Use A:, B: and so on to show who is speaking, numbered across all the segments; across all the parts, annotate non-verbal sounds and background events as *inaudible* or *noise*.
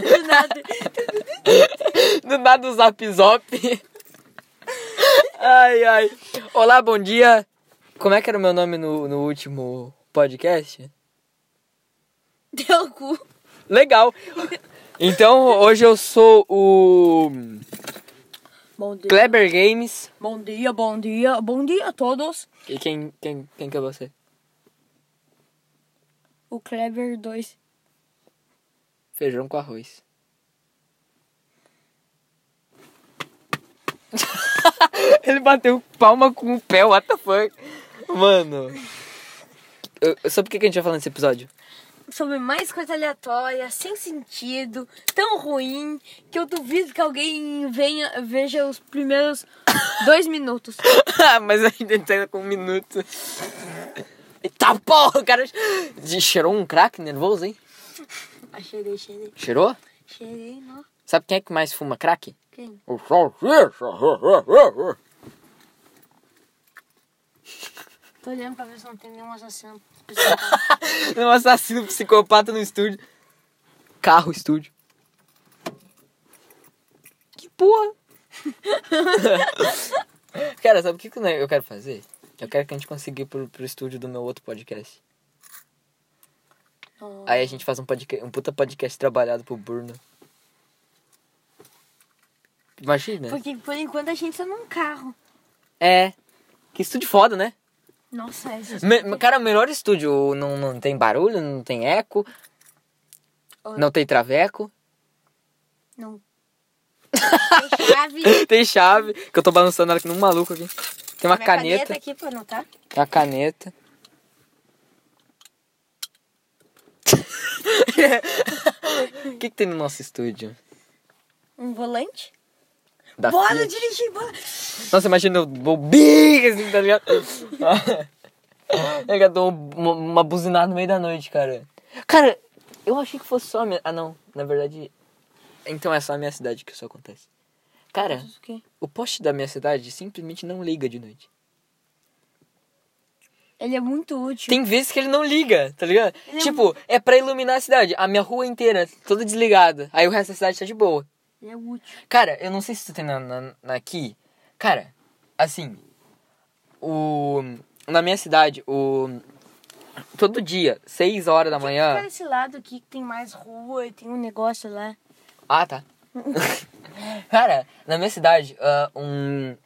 A: Do nada.
B: Do nada o zap zop. *laughs* Ai, ai. Olá, bom dia. Como é que era o meu nome no, no último podcast?
A: Teu cu.
B: Legal. Então, hoje eu sou o
A: Bom dia.
B: Kleber Games.
A: Bom dia, bom dia, bom dia a todos.
B: E quem, quem, quem que é você?
A: O Kleber 2.
B: Feijão com arroz. *laughs* Ele bateu palma com o pé, what the fuck? Mano. Eu, eu- sabe por que que a gente vai falar nesse episódio?
A: Sobre mais coisa aleatória, sem sentido, tão ruim, que eu duvido que alguém venha, veja os primeiros dois minutos. *coughs*
B: *laughs* Mas ainda tá com um minuto. Eita porra, o cara. De- Cheirou um crack nervoso, hein?
A: Ah, cheirei, cheirei.
B: Cheirou?
A: Cheirei, não.
B: Sabe quem é que mais fuma crack?
A: Quem?
B: O Salsicha.
A: Tô olhando pra ver se não tem nenhum assassino. *coughs*
B: Um assassino psicopata no estúdio. Carro estúdio. Que porra! Cara, sabe o que que eu quero fazer? Eu quero que a gente consiga ir pro, pro estúdio do meu outro podcast.
A: Nossa.
B: Aí a gente faz um, podca- um puta podcast trabalhado pro Bruno. Imagina.
A: Porque por enquanto a gente tá num carro.
B: É. Que estúdio foda, né?
A: Nossa, esse...
B: Me- cara, melhor estúdio. Não, não tem barulho, não tem eco,
A: Oi.
B: não tem traveco. *laughs*
A: Não. é Tem chave.
B: Tem chave, que eu tô balançando ela aqui num maluco aqui. Tem uma
A: Minha tá
B: caneta,
A: aqui pra anotar.
B: tem uma caneta. *laughs* O que, que tem no nosso estúdio?
A: Um volante.
B: Da
A: bora
B: Fiat?
A: dirigir, bora.
B: Nossa, imagina eu vou big assim, tá
A: *laughs*
B: ligado? É eu dou um, uma, uma buzinada no meio da noite, cara. Cara, eu achei que fosse só a minha. Ah, não, na verdade. Então é só a minha cidade que isso acontece. Cara,
A: Isso aqui.
B: o poste da minha cidade simplesmente não liga de noite.
A: Ele é muito útil.
B: Tem vezes que ele não liga, tá ligado?
A: Ele é
B: tipo, é pra iluminar a cidade. A minha rua inteira, toda desligada. Aí o resto da cidade tá de boa.
A: Ele é útil.
B: Cara, eu não sei se tu tem na, na- na- aqui. Cara, assim. O. Na minha cidade, o. Todo dia, 6 horas da
A: Fica
B: manhã.
A: desse lado aqui que tem mais rua e tem um negócio lá.
B: Ah, tá. *laughs* Cara, na minha cidade, ah, um.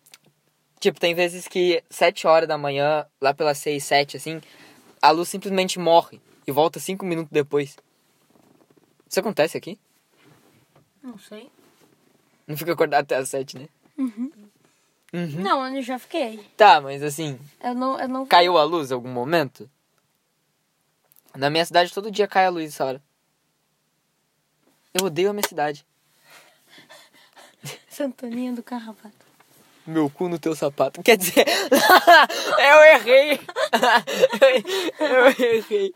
B: Tipo, tem vezes que 7 horas da manhã, lá pelas 6, 7, assim, a luz simplesmente morre e volta 5 minutos depois. Isso acontece aqui?
A: Não sei. Uhum.
B: Não fica acordado até as 7, né? Uhum.
A: Não, eu já fiquei.
B: Tá, mas assim,
A: Eu não. Eu não...
B: caiu a luz em algum momento? Na minha cidade todo dia cai a luz essa hora. Eu odeio a minha cidade.
A: Santoninha do Carrapato.
B: Meu cu no teu sapato. Quer dizer, *laughs* eu errei. *laughs* eu errei.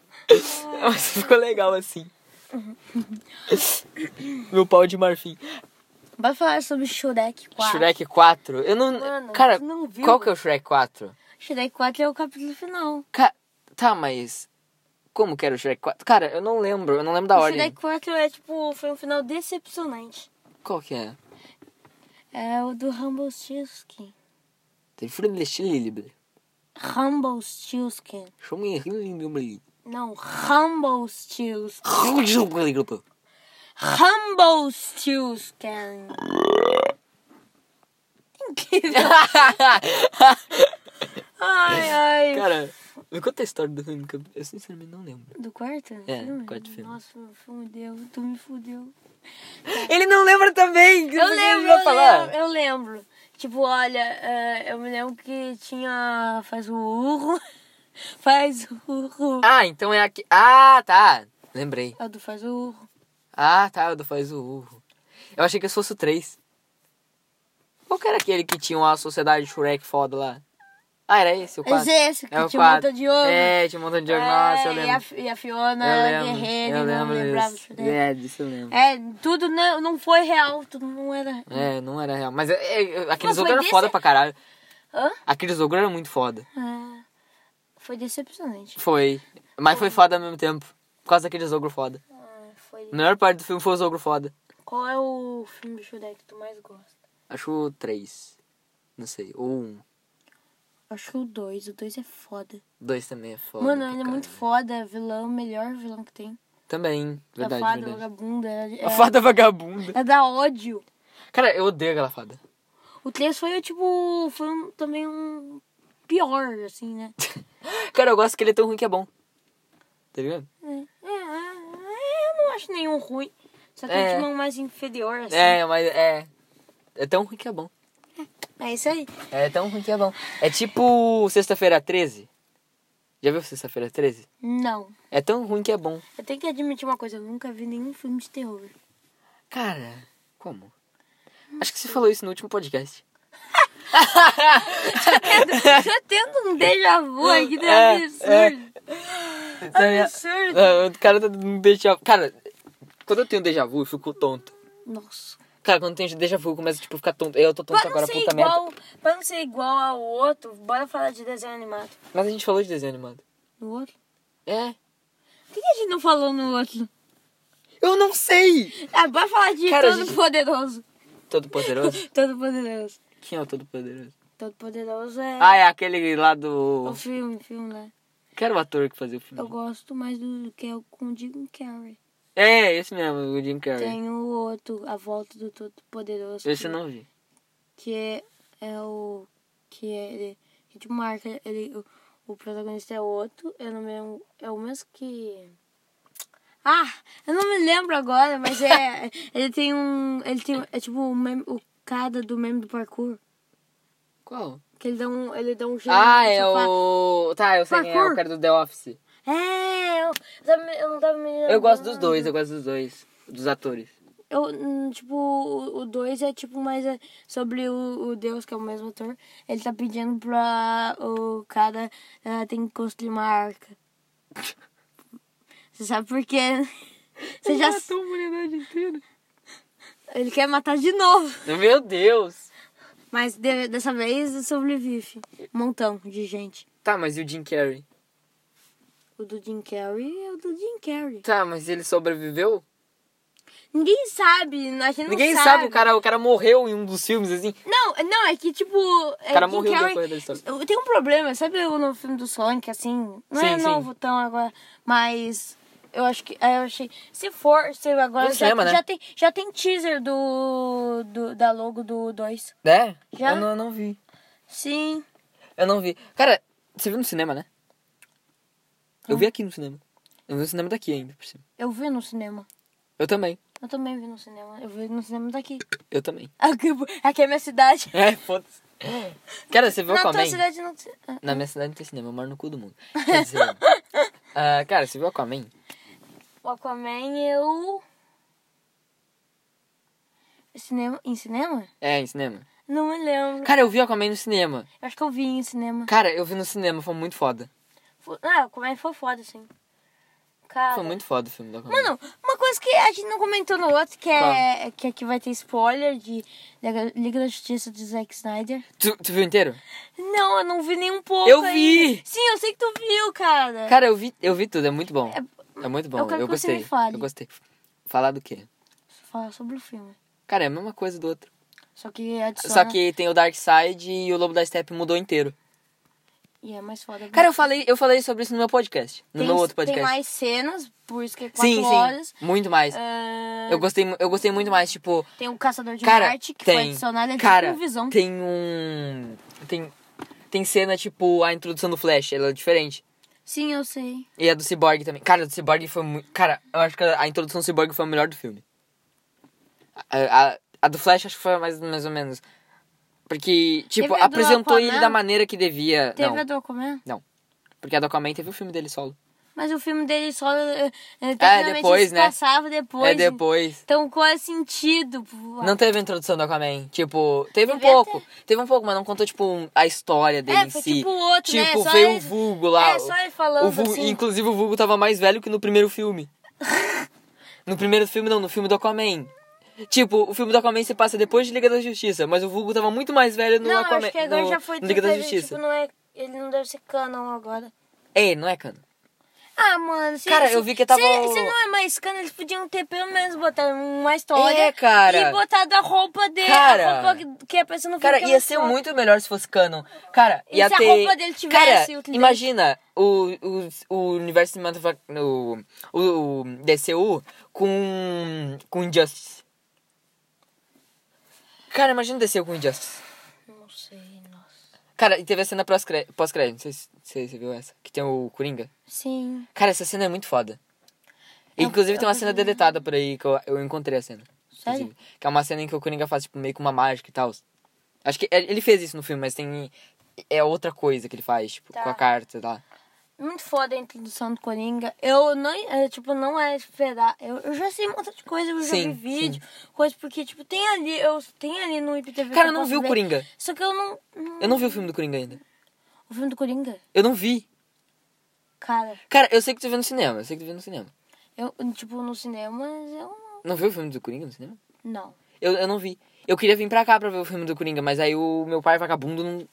B: Mas ficou legal assim. Meu pau de marfim.
A: Vai falar sobre Shrek 4.
B: Shrek 4. Eu não.
A: Mano,
B: cara,
A: tu não viu?
B: qual que é o Shrek 4?
A: Shrek 4 é o capítulo final.
B: Ca- tá, mas. Como que era o Shrek 4? Cara, eu não lembro. Eu não lembro da
A: O
B: ordem.
A: Shrek 4 é tipo. Foi um final decepcionante.
B: Qual que é?
A: É o do Rumble Stilskin.
B: Tem frulestilibri.
A: Rumble Stilskin.
B: Chama ele.
A: Não, Rumble Stilskin. Humble Stews Can.
B: *laughs*
A: Incrível. Ai, ai.
B: *laughs* Cara, me conta a história do filme que eu- eu sinceramente não lembro.
A: Do quarto?
B: É, quarto filme.
A: Nossa, fudeu, tu me fudeu.
B: Ele não lembra também!
A: Eu lembro, eu lembro, eu lembro. Tipo, olha, é, eu me lembro que tinha. Faz o urro. *laughs* Faz o urro.
B: Ah, então é aqui. Ah, tá. Lembrei.
A: É o do faz o urro.
B: Ah, tá, o do Faz o Urro. Eu achei que isso fosse o 3. Qual que era aquele que tinha uma sociedade Shrek foda lá? Ah, era esse, o 4.
A: Esse é esse que
B: é o
A: tinha um
B: quatro.
A: montão de ovo.
B: É, tinha um montão de ovo. Nossa, eu
A: É,
B: lembro.
A: E a, Fi- e a Fiona
B: Eu lembro.
A: Guerreiro,
B: eu
A: não
B: lembro
A: lembrava.
B: disso. É, disso eu lembro.
A: É, tudo não, não foi real, tudo não era.
B: É, não era real. Mas é, é, é, aqueles
A: Pô, foi
B: ogros eram
A: desse-
B: foda pra caralho.
A: Hã?
B: Aqueles ogros eram muito foda.
A: Ah, foi decepcionante.
B: Foi. Mas foi foda ao mesmo tempo. Por causa daqueles ogros foda.
A: Ah, foi.
B: A melhor parte do filme foi o sogro foda.
A: Qual é o filme do Shrek que tu mais gosta?
B: Acho o três. Não sei. Ou um.
A: Acho que o 2. O 2 é foda.
B: Dois também é foda.
A: Mano,
B: pra
A: ele é
B: caralho.
A: muito foda. Vilão, melhor vilão que tem.
B: Também, verdade,
A: a fada,
B: verdade.
A: vagabunda. É,
B: A fada vagabunda.
A: é da ódio.
B: Cara, eu odeio aquela fada.
A: O 3 foi tipo. Foi um- também um pior, assim, né?
B: Cara, eu gosto que ele é tão ruim que é bom. Tá ligado?
A: É, é, eu não acho nenhum ruim. Só que
B: É.
A: é. um mais inferior, assim.
B: É, mas é. É tão ruim que é bom.
A: É isso aí.
B: É tão ruim que é bom. É tipo Sexta-feira 13. Já viu Sexta-feira 13?
A: Não.
B: É tão ruim que é bom.
A: Eu tenho que admitir uma coisa, eu nunca vi nenhum filme
B: *laughs*
A: de terror.
B: Cara, como? Acho que você falou isso no último podcast.
A: Já tendo um déjà vu aqui, né?
B: É,
A: absurdo. é, Absurdo.
B: Ah, O cara tá dando um déjà vu. Cara, quando eu tenho déjà vu, eu fico tonto.
A: Nossa.
B: Cara, quando eu tenho déjà vu, eu começo tipo, a ficar tonto. Eu tô tonto
A: Pra não,
B: agora, é
A: ser
B: puta merda.
A: igual, pra não ser igual ao outro, bora falar de desenho animado.
B: Mas a gente falou de desenho animado.
A: No outro?
B: É.
A: Por que que a gente não falou no outro?
B: Eu não sei!
A: Ah, bora falar de
B: Cara, a
A: Todo
B: gente-
A: Poderoso. *laughs*
B: Todo poderoso?
A: Todo Poderoso.
B: *laughs* Quem é o todo poderoso?
A: Todo Poderoso é
B: Ah, é aquele lá
A: o
B: do.
A: filme, filme, né?
B: Quero o ator que fazia o
A: Eu
B: filme.
A: gosto mais do que é o com o Jim Carrey.
B: É, esse mesmo, o Jim Carrey.
A: Tem o outro, A Volta do Todo Poderoso.
B: Esse
A: que-
B: eu não vi.
A: que é o que é ele que tipo marca ele o, o protagonista é outro é no mesmo é o mesmo que ah eu não me lembro agora
B: *laughs*
A: mas é ele tem um ele tem é tipo o, meme, o cara do meme do parkour
B: Qual?
A: que ele dá um ele dá um jeito
B: Ah,
A: no
B: é
A: sofá.
B: o. Tá, eu sei quem é,
A: Parkour.
B: o cara do The Office.
A: é eu, eu tava me- eu não tava me lembrando.
B: Eu gosto dos dois, eu gosto dos dois. Dos atores.
A: Eu, hum, tipo, o- o 2 é tipo mais é sobre o, o Deus, que é o mesmo ator. Ele tá pedindo pra o cara ah, tem que construir uma arca. Você sabe por quê? né? Você já. s-
B: humanidade inteira.
A: Ele quer matar de novo.
B: Meu Deus!
A: Mas de- dessa vez sobrevive. Um montão de gente.
B: Tá, mas e o Jim Carrey?
A: O do Jim Carrey é o do Jim Carrey.
B: Tá, mas ele sobreviveu?
A: Ninguém sabe, a gente não
B: Ninguém sabe,
A: sabe.
B: o, cara, o cara morreu em um dos filmes, assim.
A: Não, não, é que tipo. O
B: cara morreu depois da história.
A: Tem um problema, sabe o novo filme do Sonic, assim? Não é
B: Sim, sim.
A: novo tão agora, mas. Eu acho que. é, Eu achei. Se for, se agora.
B: No
A: já,
B: cinema, né?
A: já, tem, já tem teaser do, do. Da logo do 2.
B: Né?
A: Já?
B: Eu não, eu não vi.
A: Sim.
B: Eu não vi. Cara, você viu no cinema, né? Eu vi aqui no cinema. Eu vi no cinema daqui ainda, por cima.
A: Eu vi no cinema.
B: Eu também.
A: Eu também vi no cinema. Eu vi no cinema daqui. *laughs*
B: Eu também. *laughs*
A: Aqui, aqui é minha cidade.
B: É, foda-se. Cara, você viu
A: na
B: Aquaman?
A: tua cidade não. tem- ah,
B: Na minha cidade não tem cinema, eu moro no cu do mundo. Quer dizer... *laughs* ah, cara, você viu Aquaman?
A: O Aquaman eu. Cinema, em cinema?
B: É, em cinema.
A: Não me lembro.
B: Cara, eu vi Aquaman no cinema.
A: Eu acho que eu vi em cinema.
B: Cara, eu vi no cinema, foi muito foda.
A: Fo- Ah, como é que foi foda, assim. Cara.
B: Foi muito foda o filme do Aquaman.
A: Mano, uma coisa que a gente não comentou no outro, que
B: Tá.
A: é que aqui vai ter spoiler de Liga- Liga da Justiça de Zack Snyder.
B: Tu, tu viu inteiro?
A: Não, eu não vi nem um pouco.
B: Eu vi!
A: ainda. Sim, eu sei que tu viu, cara.
B: Cara, eu vi, eu vi tudo, é muito bom. É muito bom,
A: eu
B: eu,
A: quero que você
B: gostei.
A: me fale.
B: Eu gostei. Falar do quê?
A: Falar sobre o filme.
B: Cara, é a mesma coisa do outro.
A: Só que adiciona.
B: Só que tem o Dark Side e o Lobo da Steppe mudou inteiro.
A: E é mais foda.
B: Cara, eu falei, eu falei sobre isso no meu podcast. No
A: tem,
B: meu outro
A: Tem
B: podcast.
A: mais cenas, por isso que é quatro
B: sim,
A: horas.
B: sim. Muito mais.
A: Ah,
B: Eu gostei, mu- eu gostei muito mais, tipo.
A: Tem o Caçador de
B: Cara,
A: Marte, que foi
B: tem.
A: adicionado aqui
B: cara,
A: com um visão.
B: tem um. Tem. Tem cena, tipo, a introdução do Flash, ela é diferente.
A: Sim, eu sei.
B: E a do Cyborg também. Cara, a do Cyborg foi muito. Cara, eu acho que a introdução do Cyborg foi a melhor do filme. A, a, a do Flash acho que foi mais, mais ou menos. Porque, tipo,
A: Teve a do
B: apresentou ele
A: Aquaman?
B: da maneira que devia.
A: Teve
B: não,
A: a do Aquaman?
B: porque a do Aquaman teve o filme dele solo.
A: Mas o filme dele só. É, depois,
B: depois,
A: né?
B: né?
A: passava depois.
B: é depois.
A: Então qual é sentido? pô?
B: Não teve a introdução do Aquaman. Tipo, teve um
A: Devia
B: pouco. Teve um pouco, mas não contou, tipo, um- a história dele
A: É,
B: em
A: foi
B: si.
A: tipo o outro, né?
B: Tipo,
A: Só
B: veio
A: ele-
B: o Vulgo lá.
A: É, só ele falando
B: o Vulgo-
A: assim.
B: Inclusive, o Vulgo tava mais velho que no primeiro
A: *laughs*
B: filme. no primeiro filme, não. No filme do Aquaman. Tipo, o filme do Aquaman se passa depois de Liga da Justiça. Mas o Vulgo tava muito mais velho no
A: não,
B: Aquaman.
A: acho que agora
B: é no,
A: já foi tipo,
B: no Liga da
A: trocado,
B: Justiça.
A: Tipo, não é, ele não deve ser canon agora.
B: É, não é, cano?
A: Ah, mano, se,
B: Cara, eu vi que tava um
A: Se,
B: o-
A: se não é mais cana, eles podiam ter pelo menos botado uma história.
B: É, cara.
A: E botado a roupa dele.
B: Cara.
A: A roupa que, que a pessoa não
B: Cara,
A: fica
B: ia ser
A: só.
B: muito melhor se fosse canon. Cara,
A: E
B: ia
A: se a
B: ter...
A: roupa dele tivesse
B: Cara,
A: utilidade?
B: imagina o, o, o universo cinematográfico... no- O, o DCU com... Com Injustice. Cara, imagina o DCU com Injustice.
A: Não sei, nossa.
B: Cara, e teve a cena pós-cre- pós-crédito. Não sei se se você viu essa. Que tem o Coringa.
A: Sim.
B: Cara, essa cena é muito foda.
A: Eu-
B: Inclusive
A: eu
B: tem uma cena deletada por aí que eu, eu encontrei a cena.
A: é um Sério?
B: inclusive. Que é uma cena em que o Coringa faz tipo, meio que uma mágica e tal. Acho que ele ele fez isso no filme, mas tem. É outra coisa que ele faz, tipo,
A: Tá.
B: com a carta e tal.
A: Muito foda a introdução do Coringa. Eu não, é, tipo, não é esperar. Eu, eu já sei um monte de coisa, eu já
B: Sim,
A: vi vídeo, coisa, porque, tipo, tem ali, eu tem ali no IPTV. que
B: Cara, eu
A: eu
B: não
A: posso
B: vi o
A: ver.
B: Coringa.
A: Só que eu não, não-
B: Eu não vi o filme do Coringa ainda.
A: O filme do Coringa?
B: Eu não vi.
A: Cara,
B: Cara, eu sei que tu viu no cinema, eu sei que tu viu no cinema.
A: eu, tipo, no cinema, eu não.
B: Não viu o filme do Coringa no cinema?
A: Não.
B: Eu, eu não vi. Eu queria vir pra cá pra ver o filme do Coringa, mas aí o meu pai vagabundo não.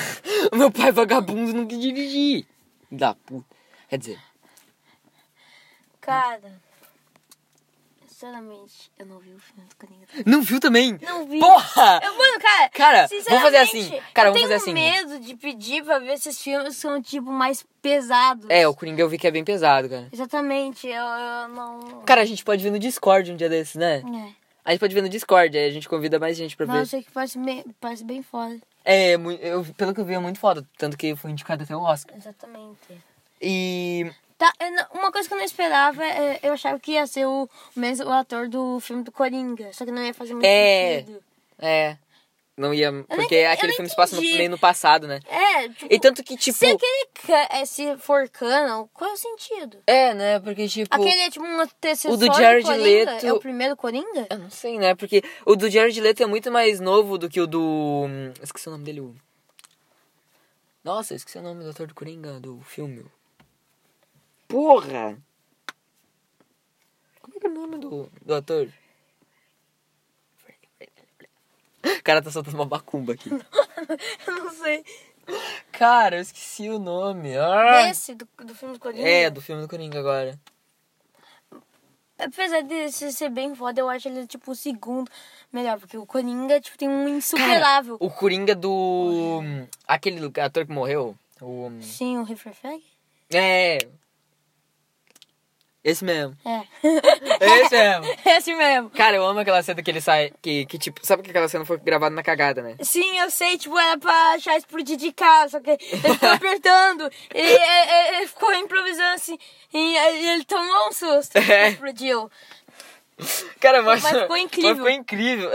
B: *laughs* o meu pai vagabundo não quis dirigir. Da puta. Quer dizer.
A: Cara, sinceramente, eu não vi o filme do Coringa.
B: Não viu também?
A: Não vi.
B: Porra!
A: Eu, mano, cara,
B: Cara,
A: sinceramente,
B: vamos fazer assim. Cara,
A: eu
B: vamos fazer assim.
A: tenho medo de pedir pra ver se esses filmes são, tipo, mais pesados.
B: É, o Coringa eu vi que é bem pesado, cara.
A: Exatamente, eu, eu não.
B: Cara, a gente pode ver no Discord um dia desses, né?
A: É.
B: A gente pode ver no Discord, aí a gente convida mais gente pra ver.
A: Não, eu sei que parece bem, parece bem foda.
B: É, mu- eu, pelo que eu vi é muito foda, tanto que foi indicado até o Oscar.
A: Exatamente.
B: E.
A: Tá, eu não- uma coisa que eu não esperava, é, eu achava que ia ser o mesmo ator do filme do Coringa. Só que não ia fazer muito
B: É.
A: sentido.
B: É. Não ia. Porque
A: entendi- eu
B: aquele
A: não
B: filme se passa no,
A: entendi.
B: meio no passado, né?
A: É, tipo.
B: E tanto que, tipo.
A: Se aquele ca- é, se for canon, qual é o sentido?
B: É, né? Porque, tipo.
A: Aquele é tipo um terceiro
B: o do Jared
A: Coringa?
B: Leto-
A: É o primeiro Coringa?
B: Eu não sei, né? Porque o do Jared Leto é muito mais novo do que o do. hum, Esqueci o nome dele. o- Nossa, eu esqueci o nome do ator do Coringa do filme. Porra! Como é que é o nome do, do ator? O cara tá soltando uma macumba aqui.
A: Eu não sei.
B: Cara, eu esqueci o nome. Ah!
A: É Esse do, do filme do Coringa?
B: É, do filme do Coringa agora.
A: Apesar de ser ser bem foda, eu acho ele tipo o segundo melhor. Porque o Coringa tipo, tem um insuperável.
B: O Coringa do. hum, Aquele ator que morreu. O. hum,
A: Sim, o Riverfag?
B: É. Esse mesmo.
A: É. *laughs*
B: Esse mesmo.
A: Esse É assim mesmo.
B: Cara, eu amo aquela cena que ele sai. Que, que tipo, sabe que aquela cena foi gravada na cagada, né?
A: Sim, eu sei, tipo, era pra achar explodir de casa, só que ele
B: *laughs*
A: ficou apertando, e, e- e- ele ficou improvisando assim, e, e ele tomou um susto,
B: É.
A: explodiu.
B: Cara, mas.
A: Mas ficou incrível.
B: Mas ficou incrível.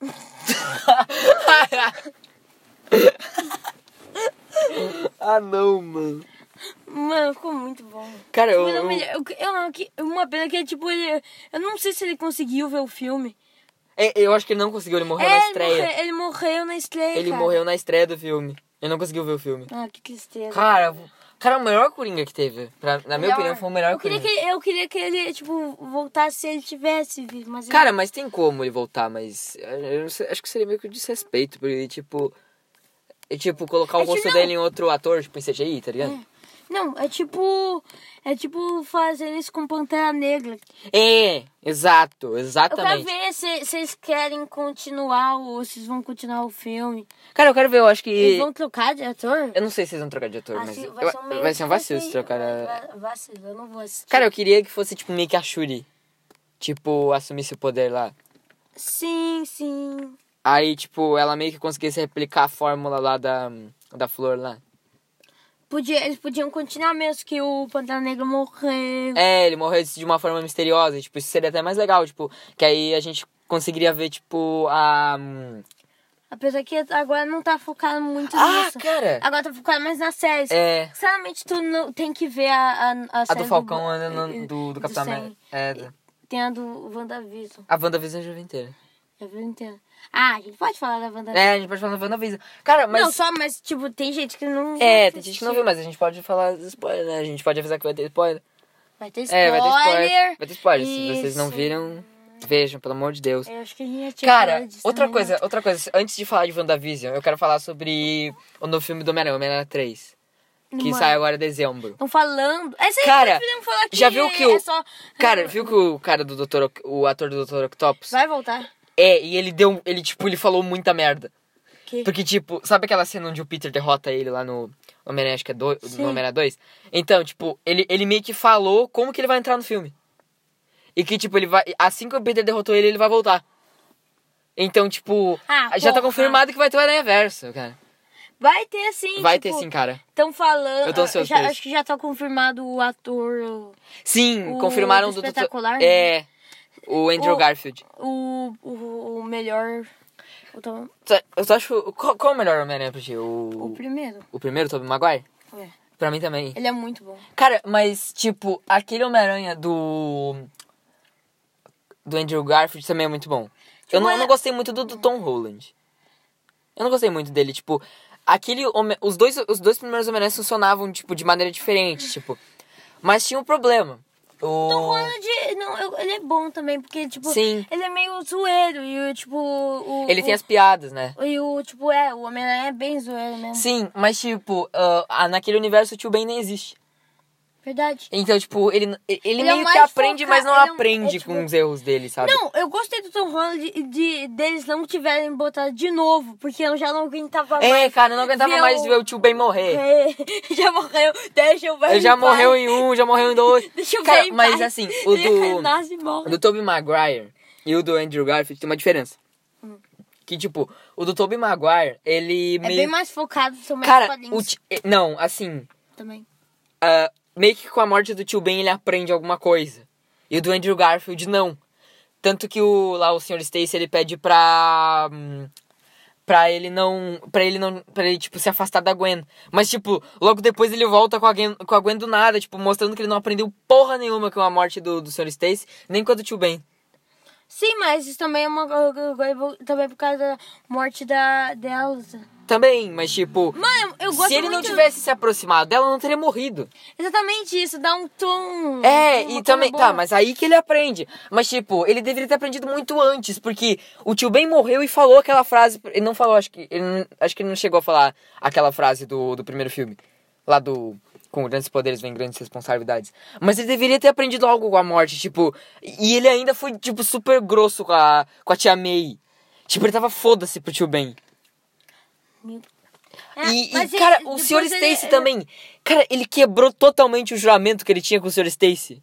A: *laughs*
B: É. ah não, mano.
A: Mano, ficou muito bom.
B: Cara, eu.
A: Mas não,
B: eu-
A: mas eu- eu não- que- uma pena que, tipo, ele, eu não sei se ele conseguiu ver o filme.
B: é, eu acho que ele não conseguiu, ele morreu
A: É,
B: na
A: ele
B: estreia.
A: morreu- ele morreu na estreia,
B: Ele
A: cara.
B: morreu na estreia do filme. Ele não conseguiu ver o filme.
A: Ah, que tristeza.
B: Cara, cara, o melhor Coringa que teve. Pra- na minha opinião, foi o melhor
A: eu queria
B: Coringa.
A: que ele, Eu queria que ele, tipo, voltasse se ele tivesse vivo, mas... ele-
B: Cara, mas tem como ele voltar, mas. eh, eu não sei, acho que seria meio que um desrespeito, porque, tipo. é, tipo, colocar o
A: É que
B: rosto
A: não.
B: dele em outro ator, tipo, em CGI, tá ligado?
A: Não, é tipo... É tipo fazer isso com Pantera Negra,
B: É, exato,
A: Eu quero
B: exatamente.
A: ver se vocês querem continuar ou vocês vão continuar o filme.
B: Cara, eu quero ver, eu acho que.
A: Eles vão trocar de ator?
B: Eu não sei se eles vão trocar de ator, mas.
A: Assim,
B: eu-
A: meio-
B: vai ser um vacilo se
A: vai-
B: trocar. a-
A: vai- Vacilo, eu não vou assistir.
B: Cara, eu queria que fosse, tipo, meio que a Shuri. Tipo, assumisse o poder lá.
A: Sim, sim.
B: Aí, tipo, ela meio que conseguisse replicar a fórmula lá da, da flor lá.
A: Podia, eles podiam continuar mesmo que o Pantera Negra morreu.
B: É, ele morreu de uma forma misteriosa. e, Tipo, isso seria até mais legal, tipo, que aí a gente conseguiria ver, tipo, a. hum,
A: Apesar que agora não tá focado muito
B: Ah,
A: nisso.
B: cara!
A: Agora tá focado mais nas séries.
B: É.
A: Sinceramente, tu não, tem que ver a, a, a
B: A
A: série
B: do Falcão
A: é Bo-
B: né, no- do, do Capitão
A: Sam.
B: América. É. da-
A: Tem a do WandaVision.
B: A WandaVision eu já vi inteira.
A: Eu não entendo. Ah, a gente pode falar da WandaVision.
B: É, a gente pode falar da WandaVision. Cara, mas.
A: Não, só, mas, tipo, tem gente que não.
B: É, tem gente que não viu,
A: assistiu.
B: mas a gente pode falar dos spoiler, né? A gente pode avisar que vai ter spoiler.
A: Vai ter
B: É,
A: spoiler.
B: vai ter spoiler. Vai ter spoiler. Se vocês não
A: Isso.
B: viram, vejam, pelo amor de Deus.
A: Eu acho que a gente já tinha
B: Cara,
A: falado disso
B: outra
A: também, né?
B: coisa, outra coisa, antes de falar de WandaVision, eu quero falar sobre o novo filme do Homem-Aranha, Homem-Aranha 3. que
A: Numa-
B: sai agora em dezembro.
A: Estão falando. É isso aí
B: Cara,
A: que nós podemos falar aqui,
B: já viu
A: é-
B: que o-
A: é só- *laughs*
B: Cara, viu que o cara do Doutor, Oc- o ator do Doutor Octopus?
A: Vai voltar.
B: É, e ele deu, ele tipo, ele falou muita merda.
A: Que...
B: Porque, tipo, sabe aquela cena onde o Peter derrota ele lá no Homem-Aranha, acho que é do,
A: Sim.
B: no Homem-Aranha 2? Então, tipo, ele, ele meio que falou como que ele vai entrar no filme. E que, tipo, ele vai. Assim que o Peter derrotou ele, ele vai voltar. Então, tipo,
A: Ah,
B: já tá
A: porra.
B: confirmado que vai ter o Aranha Verso, cara.
A: Vai ter sim.
B: Vai
A: tipo,
B: ter sim, cara.
A: Estão falando.
B: Eu tô ansioso
A: já-
B: por isso.
A: acho que já tá confirmado o ator.
B: Sim,
A: O
B: confirmaram do
A: espetacular, né?
B: doutor- É. O Andrew
A: O-
B: Garfield.
A: O, o, o melhor. O, Tom-
B: Tu- Eu só acho. Qual, qual é o melhor Homem-Aranha pra ti? O,
A: o primeiro.
B: o primeiro, Tobey Maguire?
A: É.
B: Pra mim também.
A: Ele é muito bom.
B: Cara, mas, tipo, aquele Homem-Aranha do. Do Andrew Garfield também é muito bom. Eu não, eu não
A: era-
B: gostei muito do, do Tom Holland. Eu não gostei muito dele, tipo. Aquele Home- os dois Os dois primeiros Homem-Aranhas funcionavam, tipo, de maneira diferente, tipo. Mas tinha um problema. O...
A: O Ronald, não, eu- ele é bom também, porque, tipo,
B: Sim.
A: ele é meio zoeiro. E, o, tipo, o,
B: Ele tem
A: o-
B: as piadas, né?
A: E o, tipo, é, o Homem-Aranha é bem zoeiro mesmo.
B: Sim, mas tipo, ah, ah, naquele universo o tio Ben nem existe.
A: Verdade.
B: Então, tipo, ele, ele,
A: é
B: meio que
A: mais
B: aprende,
A: foca-
B: mas não
A: ele é um-
B: aprende
A: é, tipo-
B: com os erros dele, sabe?
A: Não, eu gostei do Tom Holland e de, deles não tiverem botado de novo, porque eu já não aguentava mais.
B: É, cara, eu não aguentava
A: ver
B: mais
A: o-
B: ver o tio Ben morrer.
A: É, já morreu, deixa eu ver.
B: Ele já morreu em um, já morreu em dois.
A: *laughs* Deixa eu
B: Cara,
A: ver. em
B: mas
A: paz. *laughs*
B: assim, o
A: Ele é
B: do,
A: renasce e morre.
B: do Tobey Maguire e o do Andrew Garfield tem uma diferença. Que tipo, o do Tobey Maguire, ele
A: Hum. É
B: meio.
A: bem mais focado, são mais
B: Cara, o
A: quadrinhos
B: ti- eh, não, assim,
A: também.
B: ah, meio que com a morte do tio Ben ele aprende alguma coisa. E o do Andrew Garfield não. Tanto que o lá o Sr. Stacy ele pede pra hum, pra ele não, Pra ele não, Pra ele tipo se afastar da Gwen. Mas tipo, logo depois ele volta com a Gwen, com a Gwen do nada, tipo mostrando que ele não aprendeu porra nenhuma com a morte do, do Sr. Stacy, nem com a do tio Ben.
A: Sim, mas isso também é uma também por causa da morte da Delta.
B: Também, mas tipo,
A: Mano, eu gosto
B: se ele não
A: muito-
B: tivesse se aproximado dela, ela não teria morrido.
A: Exatamente isso, dá um tom.
B: É,
A: uma
B: e
A: coisa
B: também.
A: boa.
B: Tá, mas aí que ele aprende. Mas, tipo, ele deveria ter aprendido muito antes, porque o tio Ben morreu e falou aquela frase. Ele não falou, acho que. Ele, não- acho que ele não chegou a falar aquela frase do, do primeiro filme. Lá do. Com grandes poderes vem grandes responsabilidades. Mas ele deveria ter aprendido algo com a morte, tipo. E ele ainda foi, tipo, super grosso com a, com a tia May. Tipo, ele tava foda-se pro tio Ben.
A: É,
B: E, e,
A: mas ele-
B: cara, o
A: depois
B: Sr.
A: ele- é
B: Stacy
A: ele-
B: também. Cara, ele quebrou totalmente o juramento que ele tinha com o Sr. Stacy.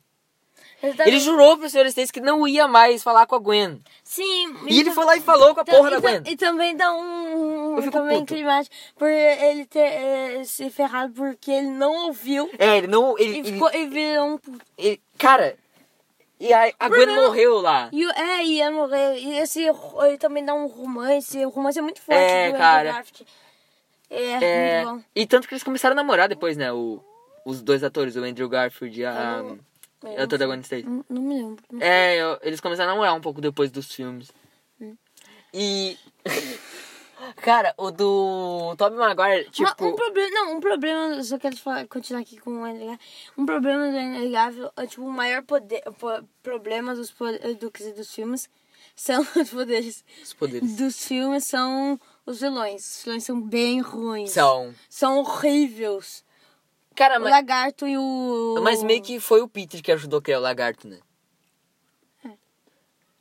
A: exatamente.
B: Ele jurou pro Sr. Stacy que não ia mais falar com a Gwen.
A: Sim.
B: E ele
A: tam-
B: foi lá e falou com a
A: tam-
B: porra
A: e
B: da
A: tam-
B: Gwen.
A: E também dá um.
B: Eu fico
A: também
B: puto.
A: climático. Por ele ter eh, se ferrado porque ele não ouviu.
B: É, ele não. Ele,
A: E,
B: ele-
A: ficou, e virou um puto.
B: ele- cara, e a, a Gwen
A: Problema-
B: morreu lá.
A: E, o- é, e ia morrer. E esse ro- ele também dá um romance. O romance é muito forte
B: É,
A: do Andrew
B: cara.
A: Garfield. É,
B: É,
A: muito bom.
B: e tanto que eles começaram a namorar depois, né? O, os dois atores, o Andrew Garfield e a. um,
A: Eu
B: a ator da Gwen Stacy.
A: Não, não me lembro.
B: É, eu- eles começaram a namorar um pouco depois dos filmes. E. Hum. *laughs* cara, o do Tobey Maguire,
A: Uma-
B: tipo.
A: um problema, não, um problema, eu só quero falar- continuar aqui com o André Gá- Um problema do André Gávio, é, tipo, o maior poder, po- problema dos, po- do, quer dizer, dos filmes são *laughs* os poderes.
B: Os poderes.
A: Dos filmes são os vilões. Os vilões são bem ruins.
B: São.
A: São horríveis.
B: Cara,
A: O
B: mas,
A: lagarto e o...
B: mas meio que foi o Peter que ajudou a criar o lagarto, né?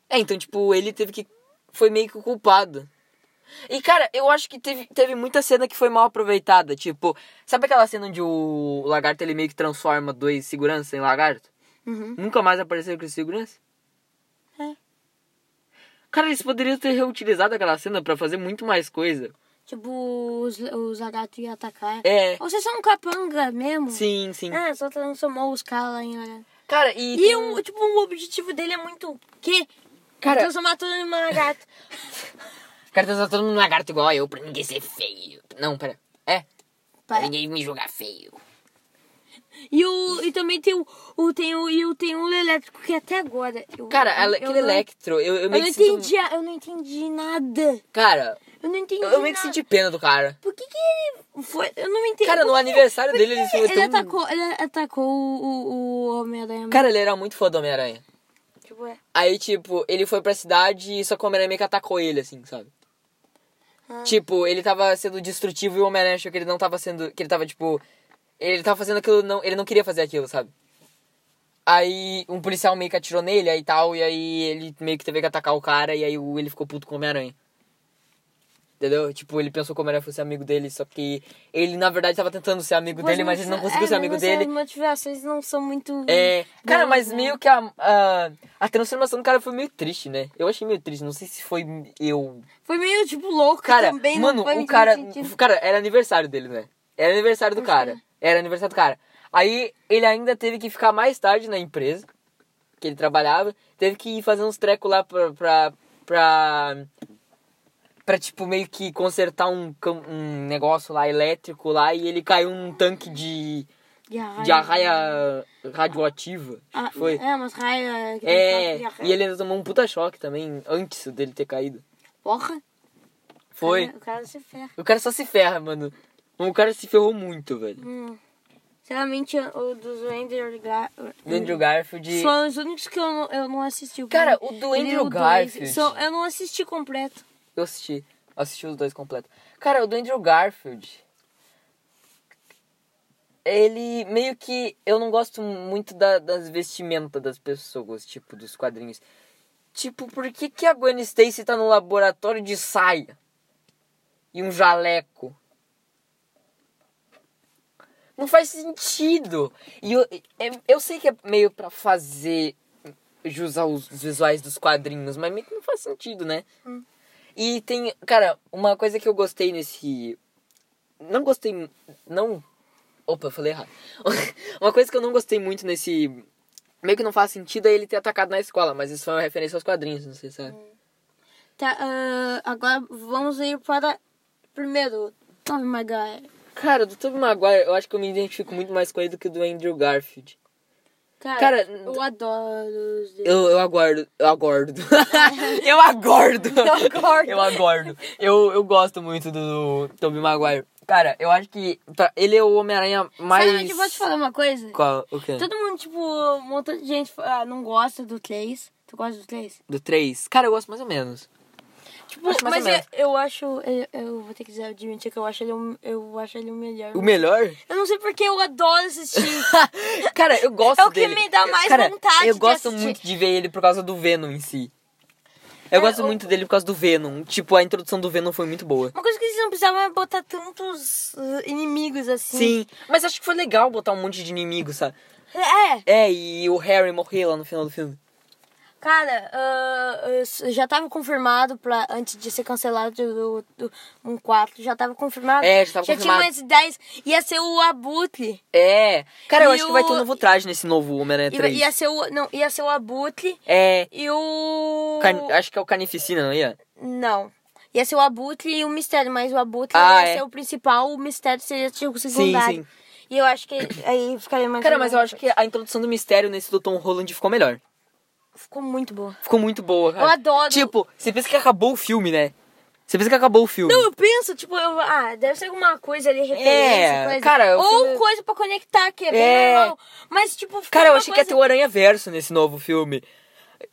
B: É, então, tipo, ele teve que. Foi meio que o culpado. E, cara, eu acho que teve, teve muita cena que foi mal aproveitada. Tipo, sabe aquela cena onde o lagarto ele meio que transforma dois seguranças em lagarto?
A: Uhum.
B: Nunca mais apareceu com esse segurança?
A: É.
B: Cara, eles poderiam ter reutilizado aquela cena pra fazer muito mais coisa.
A: Tipo, os, os lagartos iam atacar.
B: É.
A: Ou vocês são um capanga mesmo?
B: Sim, sim.
A: Ah, só transformou os caras lá em lagarto.
B: Cara, e.
A: E,
B: tem um-
A: o, tipo, o objetivo dele é muito... Que?
B: Cara-
A: Transformar tudo em uma lagarto.
B: Quero transar todo mundo no lagarto igual eu pra ninguém ser feio. Não, pera. É, pra
A: Para-
B: ninguém me julgar feio.
A: E, o, e também tem o, o, tem o, e o, tem o elétrico, que até agora... Eu,
B: Cara,
A: eu-
B: ale-
A: eu
B: aquele
A: não-
B: Electro, eu, eu
A: Eu
B: meio
A: não
B: que sinto- um
A: entendi, a- eu não entendi nada.
B: Cara,
A: Eu não entendi
B: eu, eu meio que
A: nada.
B: senti pena do cara.
A: Por que que ele foi... Eu não entendi.
B: Cara,
A: por
B: no
A: que-
B: aniversário
A: por
B: dele,
A: que
B: ele se meteu
A: Ele
B: um-
A: atacou, ele atacou o, o, o Homem-Aranha.
B: Cara, ele era muito fã do Homem-Aranha.
A: Tipo, é.
B: Aí, tipo, ele foi pra cidade e só que o Homem-Aranha meio que atacou ele, assim, sabe?
A: Ah.
B: Ah. Tipo, ele tava sendo destrutivo e o Homem-Aranha achou que ele não tava sendo. Que ele tava, tipo. Ele tava fazendo aquilo, não, ele não queria fazer aquilo, sabe? Aí um policial meio que atirou nele aí tal, e aí ele meio que teve que atacar o cara, e aí o- ele ficou puto com o Homem-Aranha. Entendeu? Tipo, ele pensou que o Homem-Aranha fosse amigo dele, só que ele na verdade tava tentando ser amigo dele, mas ele não conseguiu ser amigo dele.
A: é, As motivações não são muito.
B: É, cara,
A: boas,
B: mas
A: né?
B: meio que a, a, a transformação do cara foi meio triste, né? Eu achei meio triste, não sei se foi eu.
A: Foi meio tipo louco
B: Cara,
A: também.
B: mano,
A: não foi
B: o
A: muito
B: cara.
A: sentido. Uhum.
B: Cara, era aniversário dele, né? Era aniversário do cara. Era aniversário do cara. Aí ele ainda teve que ficar mais tarde na empresa que ele trabalhava. Teve que ir fazer uns trecos lá pra. pra. pra, pra, tipo, meio que consertar um, cam- um negócio lá elétrico lá e ele caiu num tanque de.
A: E a
B: de
A: raia-
B: arraia radioativa. acho
A: Ah,
B: que foi.
A: É, mas raia.
B: É,
A: e a raia-
B: e ele ainda tomou um puta choque também antes dele ter caído.
A: Porra.
B: Foi.
A: O cara se ferra.
B: O cara só se ferra, mano. O cara se ferrou muito, velho.
A: Hum. Sinceramente, o dos Andrew Garfield.
B: Do Andrew Garfield.
A: São os únicos que eu não, eu não assisti. O
B: Cara, o
A: primeiro-
B: er do
A: primeiro
B: Andrew
A: dois.
B: Garfield.
A: Só- eu não assisti completo.
B: Eu assisti. Assisti os dois completos. Cara, o do Andrew Garfield. Ele meio que. Eu não gosto muito da- das vestimentas das pessoas, tipo, dos quadrinhos. Tipo, por que, que a Gwen Stacy tá no laboratório de saia? E um jaleco? Não faz sentido. E eu, é- eu sei que é meio pra fazer jus aos visuais dos quadrinhos, mas meio que não faz sentido, né? E tem, cara, uma coisa que eu gostei nesse. Não gostei. Não. Opa, eu falei errado. *laughs* uma coisa que eu não gostei muito nesse. Meio que não faz sentido é ele ter atacado na escola, mas isso foi uma referência aos quadrinhos, não sei se é. sabe.
A: Tá, ah, agora vamos ir para. Primeiro, Tom My God.
B: Cara, do Tobey Maguire, eu acho que eu me identifico muito mais com ele do que do Andrew Garfield.
A: Cara,
B: Cara,
A: eu adoro os dele.
B: Eu, eu aguardo, eu aguardo. *laughs* eu aguardo.
A: Eu aguardo.
B: Eu aguardo. Eu, eu gosto muito do Tobey Maguire. Cara, eu acho que pra- ele é o Homem-Aranha mais...
A: Sabe, eu vou te falar uma coisa.
B: Qual? O quê?
A: Todo mundo, tipo, um montão de gente ah, não gosta do 3. Tu gosta do 3?
B: Do 3? Cara, eu gosto mais ou menos.
A: Tipo,
B: Acho mais
A: mas
B: ou
A: eu, eu acho. Eu, eu vou ter que dizer, admitir que eu acho ele o- eu acho ele o melhor.
B: O *laughs* melhor?
A: Eu não sei porque eu adoro assistir.
B: *laughs* Cara, eu gosto
A: É o que
B: dele.
A: me dá mais
B: Cara,
A: vontade
B: Eu
A: de
B: gosto
A: assistir.
B: muito de ver ele por causa do Venom em si. Eu
A: É,
B: gosto
A: o-
B: muito dele por causa do Venom. Tipo, a introdução do Venom foi muito boa.
A: Uma coisa que eles não precisavam é botar tantos uh, inimigos assim.
B: Sim, mas acho que foi legal botar um monte de inimigo, sabe?
A: É,
B: É, e o Harry morrer lá no final do filme.
A: cara, ah, eu já tava confirmado pra, antes de ser cancelado do, do- um 4, já tava confirmado.
B: É, já tava confirmado.
A: tinha mais 10, ia ser o Abutre.
B: É. Cara, eu
A: E
B: acho que vai
A: o-
B: ter um novo traje nesse novo Homem-Aranha
A: Ia,
B: 3.
A: ia ser o, não, ia ser o Abutre
B: É.
A: e o...
B: Car- Acho que é o Carnificina, não ia?
A: Não. Ia ser o Abutre e o Mistério, mas o Abutre
B: Ah,
A: ia
B: é.
A: ser o principal, o Mistério seria tipo o secundário.
B: sim.
A: E eu acho que aí ficaria mais...
B: Cara,
A: legal.
B: mas eu acho que a introdução do mistério nesse do Tom Holland ficou melhor.
A: Ficou muito boa.
B: Ficou muito boa, cara.
A: Eu adoro.
B: Tipo, você pensa que acabou o filme, né? Você pensa que acabou o filme.
A: Não, eu penso, tipo, eu- ah, deve ser alguma coisa ali, referência,
B: É,
A: coisa.
B: cara, eu
A: Ou
B: fui-
A: coisa pra conectar, que é bem
B: É.
A: legal. Mas, tipo, ficou
B: Cara, eu
A: uma
B: achei que ia ter
A: coisa...
B: o Aranha Verso nesse novo filme.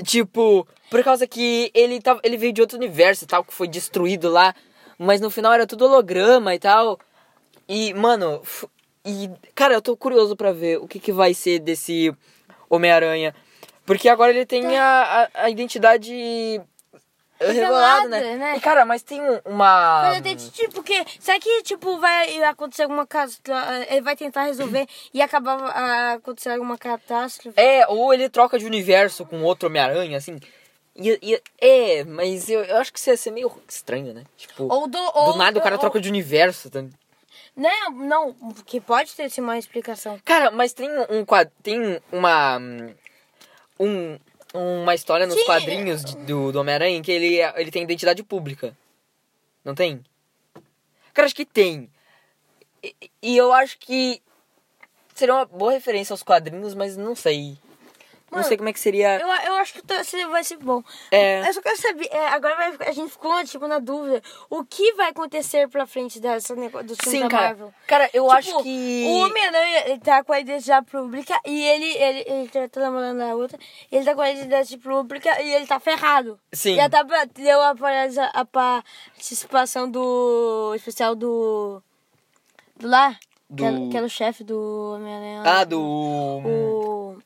B: Tipo, por causa que ele, tava, ele veio de outro universo e tal, que foi destruído lá. Mas no final era tudo holograma e tal. E, mano, f- e, cara, eu tô curioso pra ver o que, que vai ser desse Homem-Aranha. Porque agora ele tem a, a, a identidade revelada,
A: Revelada,
B: né?
A: né?
B: E, cara, mas tem um- uma.
A: Mas eu tenho, tipo, porque será que, tipo, vai acontecer alguma catástrofe, ele vai tentar resolver e acabar ah, acontecendo alguma catástrofe?
B: É, ou ele troca de universo com outro Homem-Aranha, assim. E, e- é, mas eu, eu acho que isso ia ser meio estranho, né? Tipo,
A: Ou do...
B: do
A: Ou,
B: nada o cara
A: ou-
B: troca de universo. Tá?
A: Né? Não, que pode ter, sim, uma explicação.
B: Cara, mas tem um quad- tem uma um, uma história nos
A: Sim.
B: quadrinhos de- do, do Homem-Aranha em que ele, ele tem identidade pública. Não tem? Cara, acho que tem. E, e eu acho que seria uma boa referência aos quadrinhos, mas não sei. não
A: Mano,
B: sei como é que seria.
A: Eu, eu acho que tá- se- vai ser bom.
B: É.
A: Eu só quero saber, é, agora vai ficar- a gente ficou, tipo, na dúvida, o que vai acontecer pra frente dessa negócio do filme
B: Sim,
A: da
B: cara.
A: Marvel?
B: Cara, eu
A: Tipo,
B: acho que.
A: O Homem-Aranha ele tá com a identidade pública e ele, ele, ele tá trabalhando na outra. Ele tá com a identidade pública e ele tá ferrado.
B: Sim.
A: Já tá, pra- deu a, paralisa- a participação do especial do. do lá. Que, era,
B: Do.
A: que era o chefe do Homem-Aranha.
B: Ah, do.
A: O...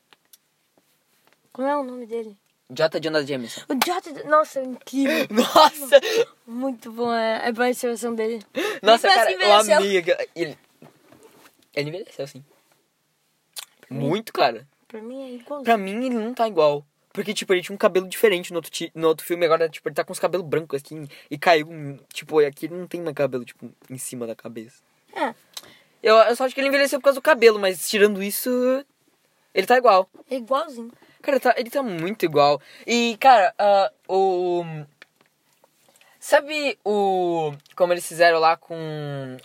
A: Como é o nome dele?
B: J. Jonah Jameson.
A: O Jota... Nossa, é incrível.
B: *laughs* Nossa!
A: Muito bom. É, é boa a observação dele.
B: Nossa,
A: parece
B: cara,
A: que
B: o
A: envelheceu.
B: amiga. Ele. Ele envelheceu, sim. Muito, cara.
A: Pra mim é igual.
B: Pra mim, ele não tá igual. Porque, tipo, ele tinha um cabelo diferente no outro, ti- no outro filme. Agora, tipo, ele tá com os cabelos brancos, assim. E caiu, um- tipo, aqui ele não tem mais cabelo, tipo, em cima da cabeça.
A: É,
B: Eu, eu só acho que ele envelheceu por causa do cabelo, mas tirando isso, ele tá igual.
A: é igualzinho.
B: Cara, ele tá, ele tá muito igual. E, cara, ah, o... Sabe o... Como eles fizeram lá com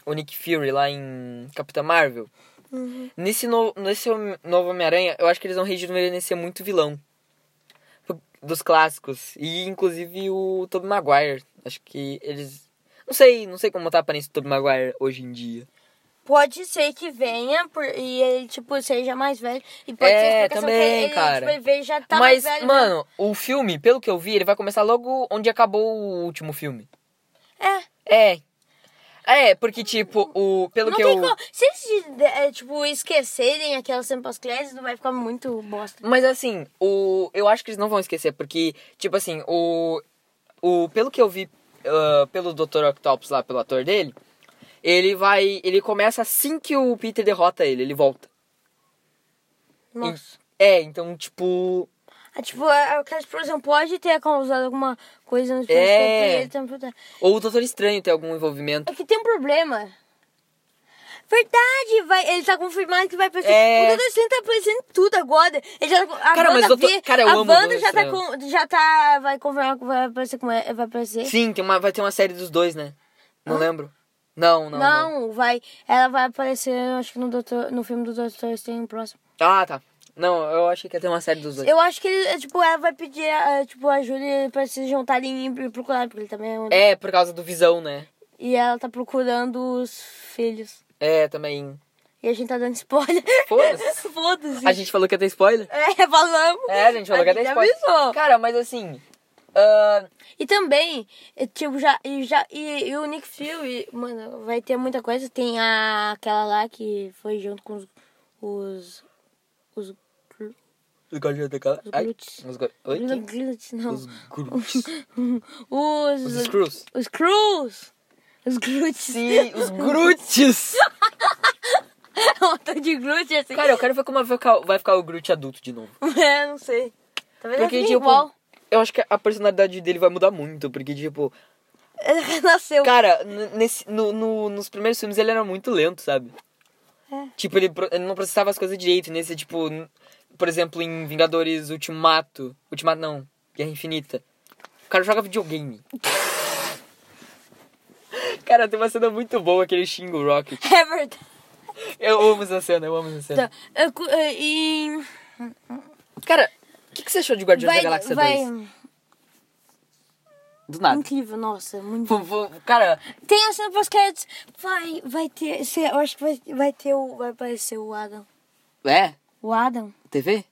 B: o Nick Fury, lá em Capitã Marvel?
A: Uhum.
B: Nesse, no, nesse Hom- novo Homem-Aranha, eu acho que eles vão rejuvenescer muito vilão. Por- Dos clássicos. E, inclusive, o Tobey Maguire. Acho que eles... Não sei, não sei como tá a aparência do Tobey Maguire hoje em dia.
A: Pode ser que venha por, e ele, tipo, seja mais velho. E pode
B: É,
A: ser a explicação
B: também,
A: que ele,
B: cara.
A: Tipo, ele veio e já tá
B: Mas,
A: mais velho. né?
B: mano, o filme, pelo que eu vi, ele vai começar logo onde acabou o último filme.
A: É,
B: É. É, porque, tipo, o. Pelo
A: não
B: que
A: tem
B: eu.
A: como. Se eles, é, tipo, esquecerem aquelas sample classes, não vai ficar muito bosta.
B: Mas assim, o. Eu acho que eles não vão esquecer, porque, tipo assim, o. o pelo que eu vi ah, pelo Dr. Octopus lá, pelo ator dele, ele vai. Ele começa assim que o Peter derrota ele, ele volta.
A: Nossa.
B: É, então, tipo.
A: Ah, tipo, a- aquela explosão pode ter causado alguma coisa no
B: É.
A: e ele tá protege-
B: Ou o Doutor Estranho tem algum envolvimento.
A: É que tem um problema. Verdade, vai, ele tá confirmado que vai aparecer.
B: É.
A: O Doutor Estranho tá aparecendo em tudo agora. Ele já, a
B: Cara,
A: Wanda
B: mas doutor-
A: vê-
B: cara, eu
A: a
B: amo o
A: Wanda
B: Doutor
A: já tá,
B: Estranho.
A: com- já tá. Vai confirmar que vai aparecer com ele. Vai aparecer.
B: Sim, tem uma, vai ter uma série dos dois, né? Não lembro. Não, não, não.
A: Não, vai. Ela vai aparecer, eu acho que no, doutor, no filme do Doutor Estranho próximo.
B: Ah, tá. Não, eu achei que ia ter uma série dos dois.
A: Eu acho que ele, é, tipo, ela vai pedir é, tipo, ajuda pra se juntarem e procurar, porque ele também é um...
B: É, por causa do Visão, né?
A: E ela tá procurando os filhos.
B: É, também.
A: E a gente tá dando spoiler. *laughs*
B: Foda-se.
A: Foda-se.
B: A gente falou que ia ter spoiler?
A: É, *laughs* falamos.
B: É, a gente falou que ia ter spoiler.
A: avisou.
B: Cara, mas assim. ah,
A: E também, é, tipo, já. E, já, e, e o Nick Fury, mano, vai ter muita coisa. Tem a, aquela lá que foi junto com os. Os. Os. gru-
B: os guardiões da galáxia. Ai,
A: glutes.
B: Os gua- Oi?
A: Não,
B: quem?
A: glutes, não.
B: Os Groots. Os
A: Os.
B: Screws.
A: Os Crews! Os Grutes.
B: Sim, os *laughs* Groots.
A: *laughs* É um montão de Groot assim.
B: Cara, eu quero ver como vai ficar, vai ficar o Groot adulto de novo.
A: *laughs* É, não sei. Talvez
B: Porque,
A: ele
B: tipo,
A: igual. *laughs*
B: eu acho que a personalidade dele vai mudar muito. Porque, tipo,
A: Ele renasceu.
B: Cara, n- nesse, no, no- nos primeiros filmes ele era muito lento, sabe?
A: É.
B: Tipo, ele, pro- ele não processava as coisas direito. Nesse, tipo, n- por exemplo, em Vingadores Ultimato. Ultimato não, Guerra Infinita. O cara joga videogame. *laughs* cara, tem uma cena muito boa que ele xinga o Rocket.
A: É verdade.
B: Eu amo essa cena, eu amo essa cena.
A: Tá. Eu cu- é, E.
B: Cara, o que, que você achou de Guardiões
A: Vai,
B: da Galáxia
A: vai.
B: 2? Do nada.
A: Incrível, nossa, muito
B: Vou- vou- Cara,
A: Tem a cena pós-créditos. Vai, vai ter. cê- eu acho que vai, vai ter o. Vai aparecer o Adam.
B: é?
A: O Adam?
B: TV?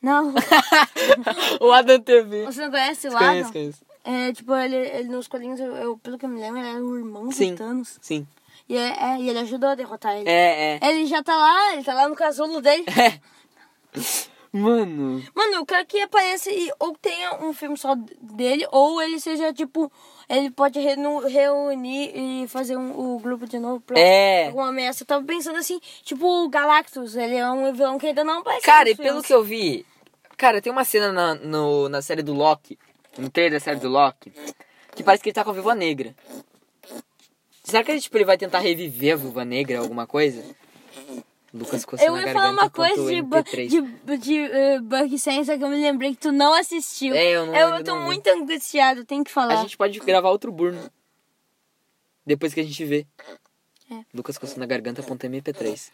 A: Não.
B: *laughs* o Adam TV.
A: Você não conhece o
B: Conheço,
A: Adam?
B: conheço.
A: É, tipo, ele, ele nos quadrinhos, eu, eu- pelo que eu me lembro, ele era o irmão
B: Sim.
A: do Thanos.
B: Sim.
A: E, é, é, e ele ajudou a derrotar ele.
B: É, é.
A: Ele já tá lá, ele tá lá no casulo dele.
B: É. Mano.
A: *laughs* Mano, eu quero que apareça e ou tenha um filme só dele, ou ele seja tipo. Ele pode renu- reunir e fazer um- o grupo de novo pra
B: É.
A: alguma ameaça. Eu tava pensando assim, tipo o Galactus, ele é um vilão que ainda não apareceu.
B: Cara, e
A: nos
B: pelo
A: filmes.
B: que eu vi. Cara, tem uma cena na, no- na série do Loki. No trailer da série do Loki. Que parece que ele tá com a Viva Negra. Será que ele, tipo, ele vai tentar reviver a Viva Negra, alguma coisa? Lucas coçando
A: Eu
B: a
A: ia
B: garganta
A: falar uma
B: enquanto
A: coisa de,
B: o
A: bu-
B: MP3.
A: de, bu- de uh, Bug Sense que eu me lembrei que tu não assistiu.
B: É, eu não- eu
A: tô
B: não vi.
A: muito angustiado, tem que
B: A
A: falar.
B: gente pode gravar outro burno. Depois que a gente vê.
A: É.
B: Lucas coçando a garganta, ponto MP3.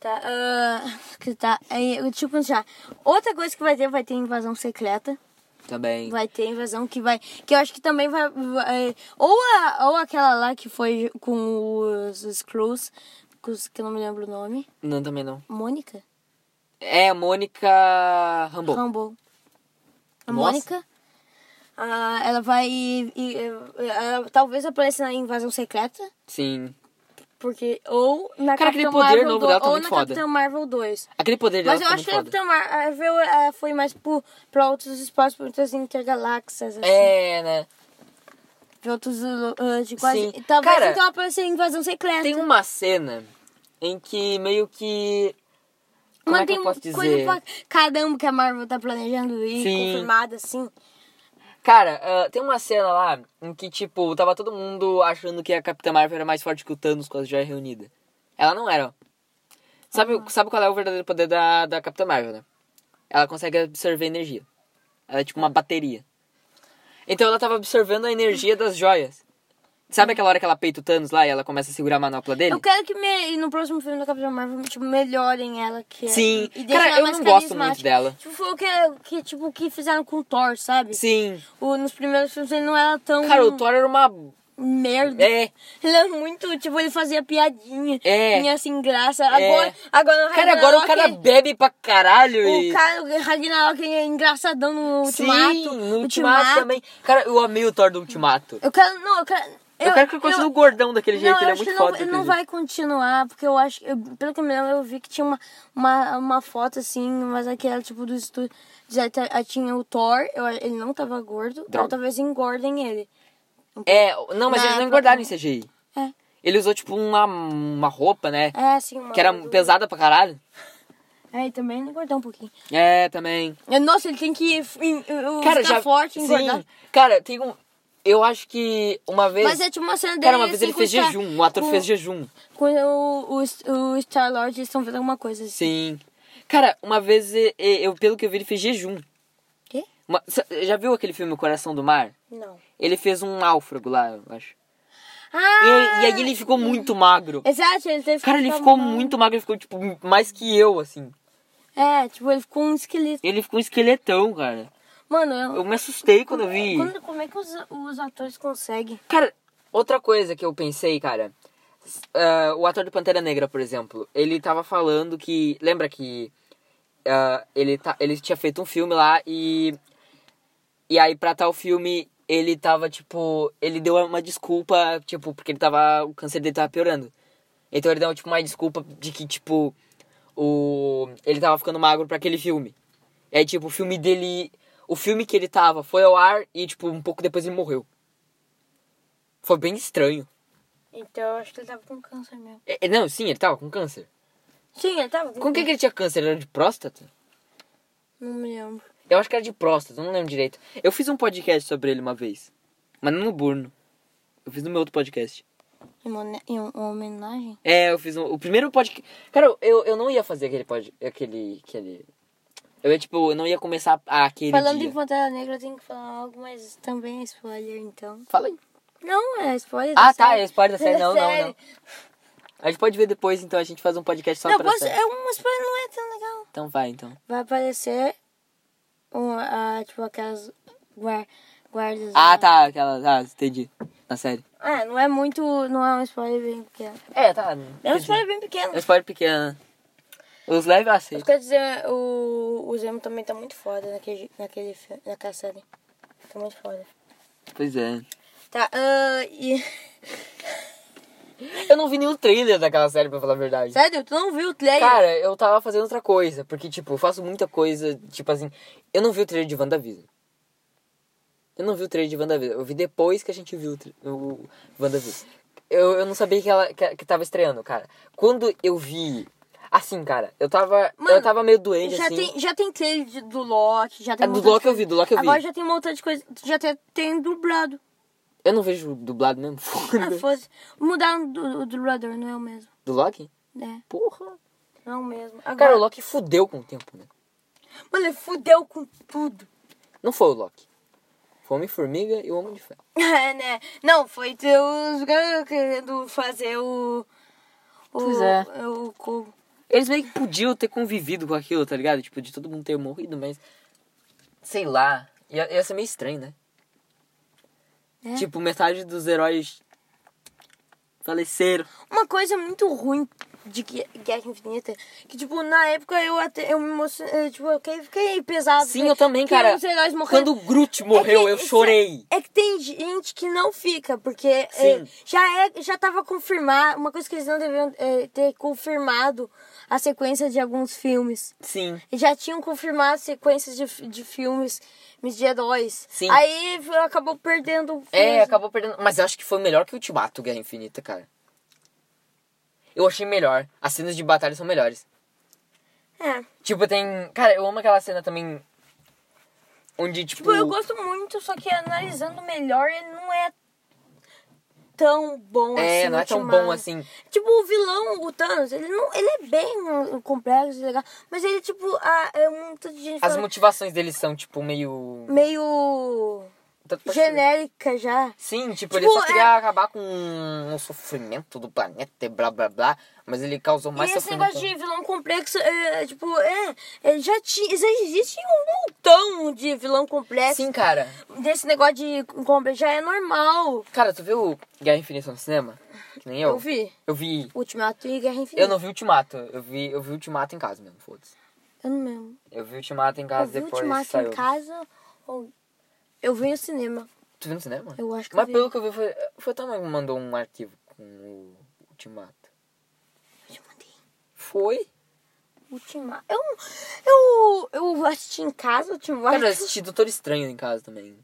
A: Tá, ah, que tá, aí, eu- deixa eu pensar. Outra coisa que vai ter, vai ter invasão secreta.
B: Também.
A: Vai ter invasão que vai. Que eu acho que também vai. vai- ou, a- ou aquela lá que foi com os Screws, com os- que eu não me lembro o nome.
B: Não, também não.
A: Mônica?
B: É, Mônica Rambo.
A: Rambo. A
B: Nossa.
A: Mônica. ah, ela vai. e- e- ela talvez apareça na invasão secreta.
B: Sim.
A: Porque. Ou na
B: Cara, aquele
A: Capitã
B: poder
A: Marvel
B: novo
A: 2,
B: dela tá
A: ou
B: muito
A: na
B: foda.
A: Capitã Marvel 2.
B: Aquele poder
A: Mas eu
B: dela tá
A: acho
B: muito
A: que é a
B: foda.
A: Capitã Marvel eh, foi mais pro, pra outros espaços, pra outras intergaláxias, assim.
B: É, né?
A: Pra outros eh, de quase.
B: Sim.
A: Talvez
B: Cara,
A: então aparecer invasão secreta.
B: Tem um uma cena em que meio que. Como é que eu posso dizer?
A: coisa pra caramba que a Marvel tá planejando e
B: Sim.
A: confirmada, assim.
B: Cara, ah, tem uma cena lá em que, tipo, tava todo mundo achando que a Capitã Marvel era mais forte que o Thanos com as joias reunidas. Ela não era, ó. Sabe,
A: Ah.
B: sabe qual é o verdadeiro poder da, da Capitã Marvel, né? Ela consegue absorver energia. Ela é tipo uma bateria. Então ela tava absorvendo a energia das joias. Sabe aquela hora que ela peita o Thanos lá e ela começa a segurar a manopla dele?
A: Hum. Eu quero que me- no próximo filme da Capitã Marvel tipo, melhorem ela. Que é
B: Sim.
A: e deixem
B: Cara,
A: ela
B: eu
A: mais
B: não gosto muito
A: carismática.
B: dela.
A: Tipo, foi o que, que, tipo, o que fizeram com o Thor, sabe?
B: Sim.
A: O, nos primeiros filmes ele não era tão
B: Cara, o Thor era uma.
A: merda.
B: É.
A: Ele era muito, tipo, ele fazia piadinha.
B: É.
A: Tinha assim graça.
B: É.
A: Agora, agora, no
B: Cara, agora o
A: Ragnarok, é
B: cara bebe pra caralho e.
A: Ah, O cara, o Ragnarok é engraçadão no ultimato.
B: Sim, no ultimato também. Cara, eu amei o Thor do ultimato.
A: Eu quero, não, eu quero...
B: Eu, quero que ele continue gordão daquele jeito, ele é
A: acho
B: muito foda.
A: que não, ele
B: daquele
A: não
B: jeito.
A: vai continuar, porque eu acho, eu- pelo que eu me lembro, eu vi que tinha uma, uma, uma foto assim, mas aquela tipo do estúdio, já tá- aí tinha o Thor, eu- ele não tava gordo,
B: Droga.
A: ou talvez engordem ele.
B: É, não, mas eles
A: Na
B: não
A: época-
B: engordaram em CGI.
A: É,
B: Ele usou, tipo, uma, uma roupa, né?
A: é assim, uma
B: Que era
A: gordura.
B: pesada pra caralho.
A: É, e também ele engordou um pouquinho.
B: É, também.
A: É, Nossa, ele tem que em, em,
B: Cara,
A: ficar
B: já.
A: forte,
B: sim.
A: engordar.
B: Cara, tem um. Eu acho que uma vez.
A: Mas é tipo uma cena dele,
B: Cara, uma vez
A: assim,
B: ele fez
A: com o Star-
B: jejum, o ator
A: com-
B: fez jejum.
A: Com o, o, o Star-Lord, eles estão vendo alguma coisa assim.
B: Sim. Cara, uma vez e- e- eu, pelo que eu vi, ele fez jejum.
A: Quê?
B: Uma- cê- já viu aquele filme O Coração do Mar?
A: Não.
B: Ele fez um náufrago lá, eu acho. E,
A: Ah!
B: e aí ele ficou muito magro.
A: Exato, ele teve que
B: Cara, ele
A: ficar
B: ficou
A: mal.
B: muito magro, ele ficou, tipo, mais que eu, assim.
A: É, tipo, ele ficou um esqueleto.
B: Ele ficou um esqueletão, cara.
A: Mano, eu...
B: Eu me assustei quando eu vi.
A: Quando- como é que os, os atores conseguem?
B: Cara, outra coisa que eu pensei, cara. s- ah, o ator do Pantera Negra, por exemplo, ele tava falando que. Lembra que. ah, ele, tá, ele tinha feito um filme lá e. E aí, pra tal filme, ele tava tipo. Ele deu uma desculpa, tipo, porque ele tava. O câncer dele tava piorando. Então ele deu, tipo, uma desculpa de que, tipo. O. Ele tava ficando magro pra aquele filme. E aí, tipo, o filme dele. O filme que ele tava foi ao ar e, tipo, um pouco depois ele morreu. Foi bem estranho.
A: Então, eu acho que ele tava com câncer mesmo.
B: É, é, não, sim, ele tava com câncer.
A: Sim, ele tava com
B: Com o que, que ele tinha câncer? Era de próstata?
A: Não me lembro.
B: Eu acho que era de próstata, não lembro direito. Eu fiz um podcast sobre ele uma vez. Mas não no Burno. Eu fiz no meu outro podcast.
A: Em uma, em um, uma homenagem?
B: É, eu fiz um, o primeiro podcast. Cara, eu, eu não ia fazer aquele pod, aquele, aquele. Eu ia, tipo, eu não ia começar a- aquele.
A: Falando
B: dia.
A: em Pantera Negra, eu tenho que falar algo, mas também é spoiler, então.
B: Fala aí.
A: Não, é spoiler da
B: Ah, tá,
A: série.
B: é spoiler da série. Não, não,
A: série.
B: não. A gente pode ver depois, então a gente faz um podcast só
A: Não,
B: pra
A: posso,
B: série.
A: é um spoiler não é tão legal.
B: Então vai, então.
A: Vai aparecer um, ah, tipo aquelas guar- guardas.
B: Ah,
A: lá.
B: tá, aquela. Ah, entendi. Na série.
A: É, não é muito. Não é um spoiler bem pequeno.
B: É, tá.
A: É um
B: entendi.
A: spoiler bem pequeno.
B: É spoiler pequena. Os leves eu
A: Mas
B: aceito.
A: quer dizer, é, o, o Zemo também tá muito foda naquele, naquele filme, naquela série. Tá muito foda.
B: Pois é.
A: Tá, ahn, e. *laughs*
B: Eu não vi nenhum trailer daquela série, pra falar a verdade.
A: Sério, tu não viu o trailer?
B: Cara, eu tava fazendo outra coisa. Porque, tipo, eu faço muita coisa. Tipo assim, eu não vi o trailer de WandaVision. Eu não vi o trailer de WandaVision. Eu vi depois que a gente viu o, tra- o WandaVision. Eu, eu não sabia que ela que, que tava estreando, cara. Quando eu vi. Assim, cara, eu tava. eu
A: Mano,
B: tava meio doente,
A: já,
B: assim.
A: tem, já tem trailer de- do Loki, já tem.
B: É,
A: um
B: do
A: montão
B: Loki
A: de
B: eu
A: coisa.
B: vi, do Loki eu vi.
A: Agora já tem um montão de coisa. Já tem, tem dublado.
B: Eu não vejo dublado mesmo. *laughs*
A: Ah,
B: Foda.
A: fosse. Mudaram do, o dublador, não é o mesmo.
B: Do Loki?
A: né
B: Porra.
A: não é o mesmo.
B: Cara,
A: Agora,
B: o Loki fudeu com o tempo, né?
A: Mano, ele fudeu com tudo. *laughs*
B: Não foi o Loki. Foi o Homem-Formiga e o Homem de Ferro.
A: É, né? Não, foi ter os caras querendo fazer o. o
B: Pois é.
A: O cubo.
B: Eles meio que podiam ter convivido com aquilo, tá ligado? Tipo, de todo mundo ter morrido, mas. Sei lá. Ia, ia ser meio estranho, né?
A: É.
B: Tipo, metade dos heróis faleceram.
A: Uma coisa muito ruim de Gue- Guerra Infinita. Que, tipo, na época eu até eu me emocionei. Tipo, eu fiquei, fiquei pesado. né?
B: Sim,
A: fiquei-
B: eu também,
A: fiquei
B: cara.
A: uns heróis
B: Quando
A: morrendo.
B: o Groot morreu,
A: É que
B: eu
A: isso-
B: chorei.
A: É que tem gente que não fica, porque é,
B: Sim.
A: já, é, já tava confirmado. Uma coisa que eles não deviam é, ter confirmado a sequência de alguns filmes.
B: Sim.
A: E Já tinham confirmado sequências de, fi- de filmes de heróis.
B: Sim.
A: Aí f- acabou perdendo o
B: É,
A: filme.
B: acabou perdendo. Mas eu acho que foi melhor que o Ultimato Guerra Infinita, cara. Eu achei melhor. As cenas de batalha são melhores.
A: É.
B: Tipo, tem. Cara, eu amo aquela cena também. Onde, tipo.
A: Tipo, eu gosto muito, só que analisando melhor, ele não é tão bom assim.
B: É, não é tão
A: Ultimato.
B: bom assim.
A: Tipo, o vilão, o Thanos, ele, não, ele é bem complexo, legal. Mas ele, tipo, ah, é um monte de gente
B: As
A: falando
B: motivações deles são, tipo, meio.
A: meio
B: tanto pra-
A: genérica já.
B: Sim, tipo,
A: Tipo,
B: ele só queria
A: é-
B: acabar com o sofrimento do planeta e blá blá blá. Mas ele causou mais
A: e esse
B: sofrimento.
A: negócio de vilão complexo, é, tipo, é, é, já, ti, já existe um montão de vilão complexo.
B: Sim, cara.
A: Desse negócio de compra já é normal.
B: Cara, tu viu Guerra Infinita no cinema? Que nem eu.
A: Eu vi.
B: Eu vi.
A: Ultimato e Guerra Infinita.
B: Eu não vi Ultimato. Eu vi, eu vi Ultimato em casa mesmo, foda-se.
A: Eu não lembro.
B: Eu vi Ultimato em
A: Eu
B: casa
A: vi
B: Ah, depois
A: Ultimato
B: saiu.
A: em casa ou... Eu vi no cinema.
B: Tu viu no cinema?
A: Eu acho que
B: Mas
A: eu vi.
B: pelo que eu vi, foi, foi a tua mãe que me mandou um arquivo com o Ultimato.
A: Eu te mandei.
B: Foi?
A: Ultimato. Eu, eu, eu assisti em casa Ultimato.
B: Cara, eu assisti Doutor Estranho em casa também.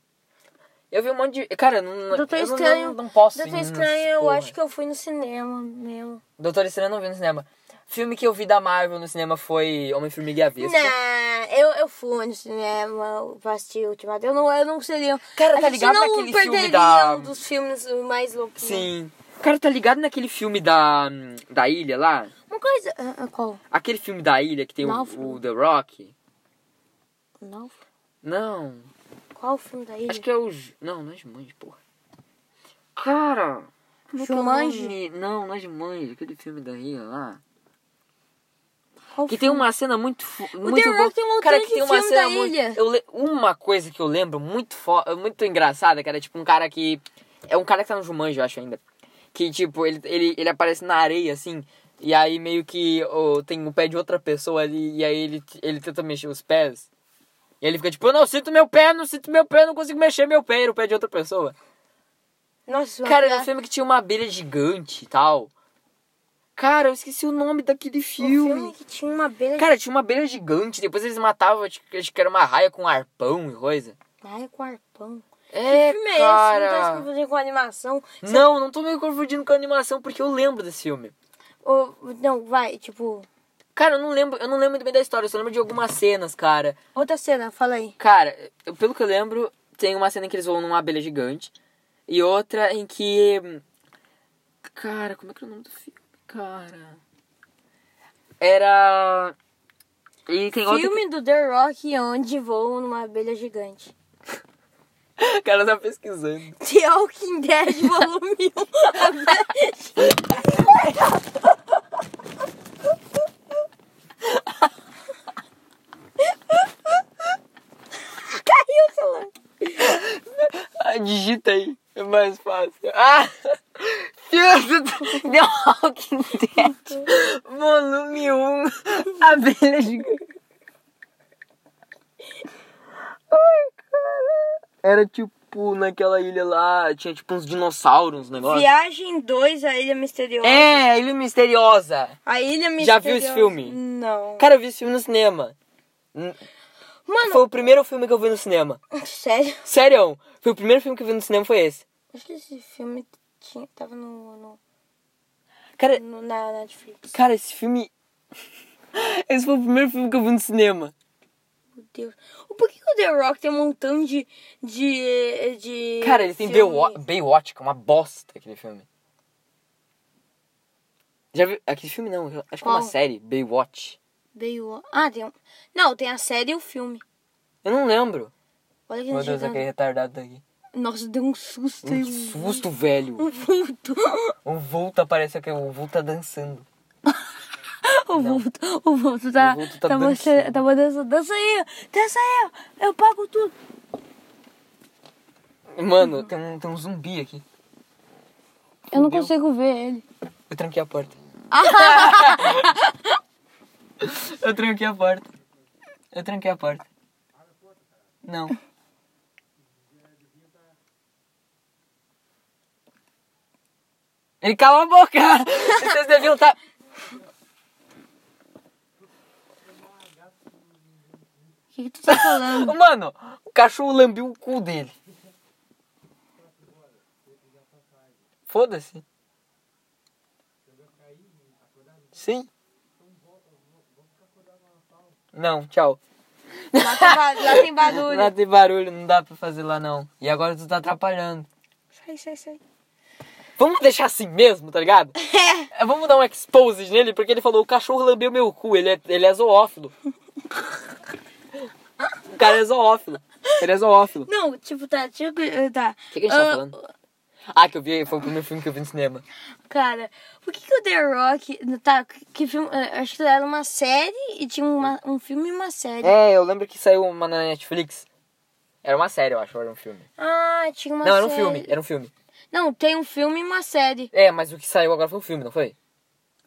B: Eu vi um monte de... Cara, eu não,
A: Doutor
B: eu não-
A: Estranho.
B: não, não posso
A: Doutor
B: ir nos
A: Estranho, eu
B: assim, né? porra.
A: acho que eu fui no cinema mesmo.
B: Doutor Estranho eu não vi no cinema. Filme que eu vi da Marvel no cinema foi Homem-Formiga e a Vespa. é
A: Não, eu, eu fui no cinema pra assistir Ultimato. Eu não, eu não seria.
B: Cara,
A: a
B: tá
A: gente
B: ligado
A: não
B: naquele
A: perderia
B: filme da-
A: um dos filmes mais loucos.
B: Sim. Cara, tá ligado naquele filme da, da ilha lá?
A: Uma coisa. ah, ah, qual?
B: Aquele filme da ilha que tem o,
A: Náufrago.
B: o The Rock?
A: Não?
B: Não.
A: Qual o filme daí?
B: Acho que é o... Ju- Não, não é Jumanji, porra. Cara... como é
A: um
B: que é o
A: Jumanji?
B: nome? Não, não é Jumanji. Aquele filme da ilha lá.
A: Qual
B: Que
A: filme?
B: tem um uma cena muito... fo- muito
A: The
B: boa.
A: Rock tem um montão
B: cara, que
A: de
B: tem uma
A: filme
B: cena
A: da
B: muito...
A: ilha.
B: Eu le- Uma coisa que eu lembro muito, fo... muito engraçada, cara. É tipo um cara que... É um cara que tá no Jumanji, eu acho ainda. Que, tipo, ele, ele, ele aparece na areia, assim... E aí meio que ô, tem o pé de outra pessoa ali, e aí ele, ele tenta mexer os pés. E ele fica tipo, eu não sinto meu pé, não sinto meu pé, não consigo mexer meu pé, era o pé de outra pessoa.
A: Nossa, uma
B: Cara, era um
A: piada.
B: filme que tinha uma abelha gigante e tal. Cara, eu esqueci o nome daquele
A: Um
B: filme.
A: filme que tinha uma abelha
B: Cara, tinha uma abelha gigante, depois eles matavam, acho que- acho que era uma raia com arpão e coisa.
A: de raia com arpão.
B: É,
A: Que filme é esse? Não tá se
B: cara.
A: confundindo com animação.
B: Não, não tô me confundindo com a animação, porque eu lembro desse filme.
A: Ou, não, vai, tipo...
B: Cara, eu não lembro, eu não lembro muito bem da história, eu só lembro de algumas cenas, cara.
A: Outra cena, fala aí.
B: Cara, eu- pelo que eu lembro, tem uma cena em que eles voam numa abelha gigante. E outra em que. Cara, como é que é o nome do filme? Cara. Era. E tem outro.
A: Filme do The Rock onde voam numa abelha gigante. *laughs*
B: O *laughs* cara tá pesquisando.
A: The Walking
B: *laughs*
A: Dead Volume 1. Abelha gigante. Caiu o celular.
B: *laughs* Ah, digita aí. É mais fácil. Ah! *laughs* Filme do *laughs* The Walking Dead. Volume 1. *laughs* Abelha gigante. Ai, cara. Era tipo naquela ilha lá. Tinha tipo uns dinossauros, uns negócios.
A: Viagem 2, A Ilha Misteriosa.
B: É, Ilha Misteriosa.
A: A Ilha Misteriosa.
B: Já viu esse filme?
A: Não.
B: Cara, eu vi esse filme no cinema. N-
A: Mano,
B: Foi o primeiro filme que eu vi no cinema.
A: *laughs* sério?
B: Sério, foi o primeiro filme que eu vi no cinema foi esse.
A: Acho que esse filme tinha, tava no, no,
B: Cara,
A: no- na Netflix.
B: Cara, esse filme. *laughs* Esse foi o primeiro filme que eu vi no cinema.
A: Meu Deus. Por que que o The Rock tem um montão de. de. de
B: Cara, ele tem
A: filme?
B: Baywa- Baywatch, que é uma bosta aquele filme. Já viu? Aquele filme não, acho que é
A: Qual?
B: uma série, Baywatch.
A: Baywa- Ah, tem um. Não, tem a série e o filme.
B: Eu não lembro.
A: Olha que
B: Meu Deus,
A: gigante.
B: aquele retardado daqui.
A: Nossa, deu um susto.
B: Um
A: e
B: susto, velho.
A: Um vulto. *laughs*
B: O Um vulto aparece aqui, o vulto tá dançando.
A: O vulto. O vulto tá.
B: O vulto tá
A: você,
B: dançando.
A: tá dançando. Dança aí, dança aí. Eu pago tudo.
B: Mano, tem um, tem um zumbi aqui.
A: Eu não
B: Fudeu. *laughs*
A: consigo ver ele. Ah,
B: Eu tranquei a porta. Eu tranquei a porta. Eu tranquei a porta. Não. Ele cala a boca! *laughs* Vocês deviam tá- estar.
A: O que, que tu tá *laughs* falando?
B: Mano, o cachorro lambiu o cu dele. Foda-se. Sim. Não, tchau.
A: Lá tem, ba- lá tem barulho.
B: Lá tem barulho, não dá pra fazer lá não. E agora tu tá atrapalhando.
A: Sai, sai, sai. *laughs*
B: Vamos deixar assim mesmo, tá ligado? É, Vamos dar um expose nele, porque ele falou, o cachorro lambeu meu cu, ele é, ele é zoófilo. o cara é zoófilo. Ele é zoófilo.
A: Não, tipo, tá, tipo, tá.
B: O que, que a gente tá falando? Ah, que eu vi, foi o primeiro filme que eu vi no cinema.
A: Cara, por que, que o The Rock. Tá, que, que filme. eh, Acho que era uma série e tinha uma- um filme e uma série.
B: É, eu lembro que saiu uma na Netflix. Era uma série, eu acho, ou era um filme.
A: Ah, tinha uma
B: não,
A: série.
B: era um filme, era um filme.
A: Não, tem um filme e uma série.
B: É, mas o que saiu agora foi um filme, não foi?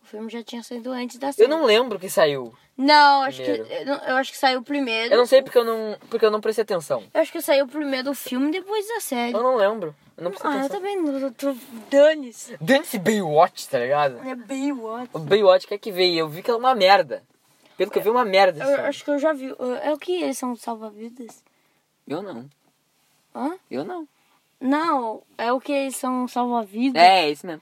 A: O filme já tinha saído antes da série.
B: Eu não lembro o que saiu.
A: Não, acho que,
B: Primeiro.
A: eu, não- eu acho que saiu primeiro.
B: Eu não sei porque eu não, porque eu não prestei atenção.
A: Eu acho que saiu primeiro o filme depois da série.
B: Eu não lembro. Eu não prestei
A: Ah, eu
B: atenção.
A: também não. eu tô- Dane-se.
B: Dane-se Baywatch, tá ligado?
A: É Baywatch.
B: O Baywatch quer que veio. Eu vi que é uma merda. Pelo que eu vi, é uma merda. esse
A: Eu
B: filme.
A: acho que eu já vi. É o que eles são salva-vidas?
B: Eu não.
A: Hã?
B: Eu não.
A: Não, é o que eles são salva-vidas.
B: É, é isso mesmo.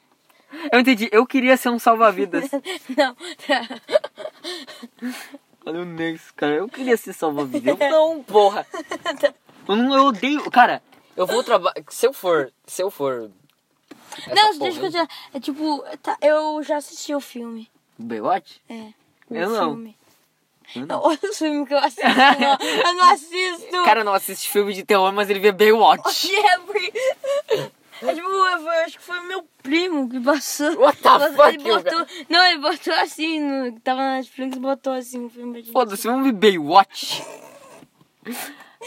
B: Eu entendi. Eu queria ser um salva-vidas.
A: *laughs* Não, tá.
B: *laughs* Olha o Nex, cara. Eu queria ser salva-vidas. Eu não, porra. Eu, não, eu odeio. Cara, eu vou trabalhar. Se eu for. Se eu for. essa
A: Não,
B: porra
A: deixa eu continuar. É tipo, tá, eu já assisti o filme.
B: do Baywatch?
A: É. O
B: Eu não.
A: filme.
B: Eu não.
A: não. *laughs* Olha os filmes que eu assisto. não. Eu não assisto. *laughs*
B: Cara não assiste filme de terror, mas ele vê Baywatch.
A: é, porque... é tipo, eu, eu acho que foi meu primo que passou.
B: What the
A: Botou- ele
B: fuck, eu-
A: botou, Não, ele botou assim, no, tava na Netflix, botou assim o filme. pra gente.
B: Foda-se, vamos ver Baywatch.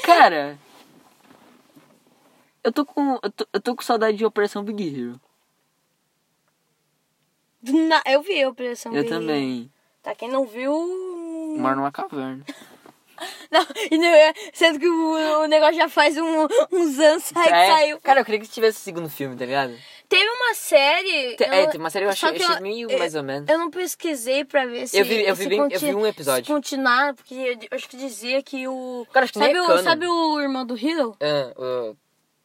B: Cara. Eu tô com. Eu tô, eu tô com saudade de Operação Big Hero.
A: Na- eu vi a Operação
B: Eu
A: Bem-
B: também.
A: Tá, quem não viu... hum,
B: Moro numa
A: *laughs*
B: caverna.
A: Não, *laughs* e não é- sendo que o, o negócio já faz um, uns anos aí que
B: É.
A: saiu.
B: Cara, eu queria que tivesse o segundo filme, tá ligado?
A: Teve uma série.
B: Te-
A: eu
B: é,
A: não-
B: tem uma série que eu
A: só
B: achei,
A: que
B: achei meio
A: eu-
B: um,
A: é,
B: mais ou menos.
A: Eu não pesquisei pra ver se.
B: Eu vi- eu vi
A: se
B: bem- eu vi
A: conti-
B: um episódio.
A: Se continuar, porque eu eu acho que dizia que o.
B: Cara, acho que nem
A: sabe,
B: é
A: o
B: canon.
A: sabe o irmão do Hiro?
B: Ah, o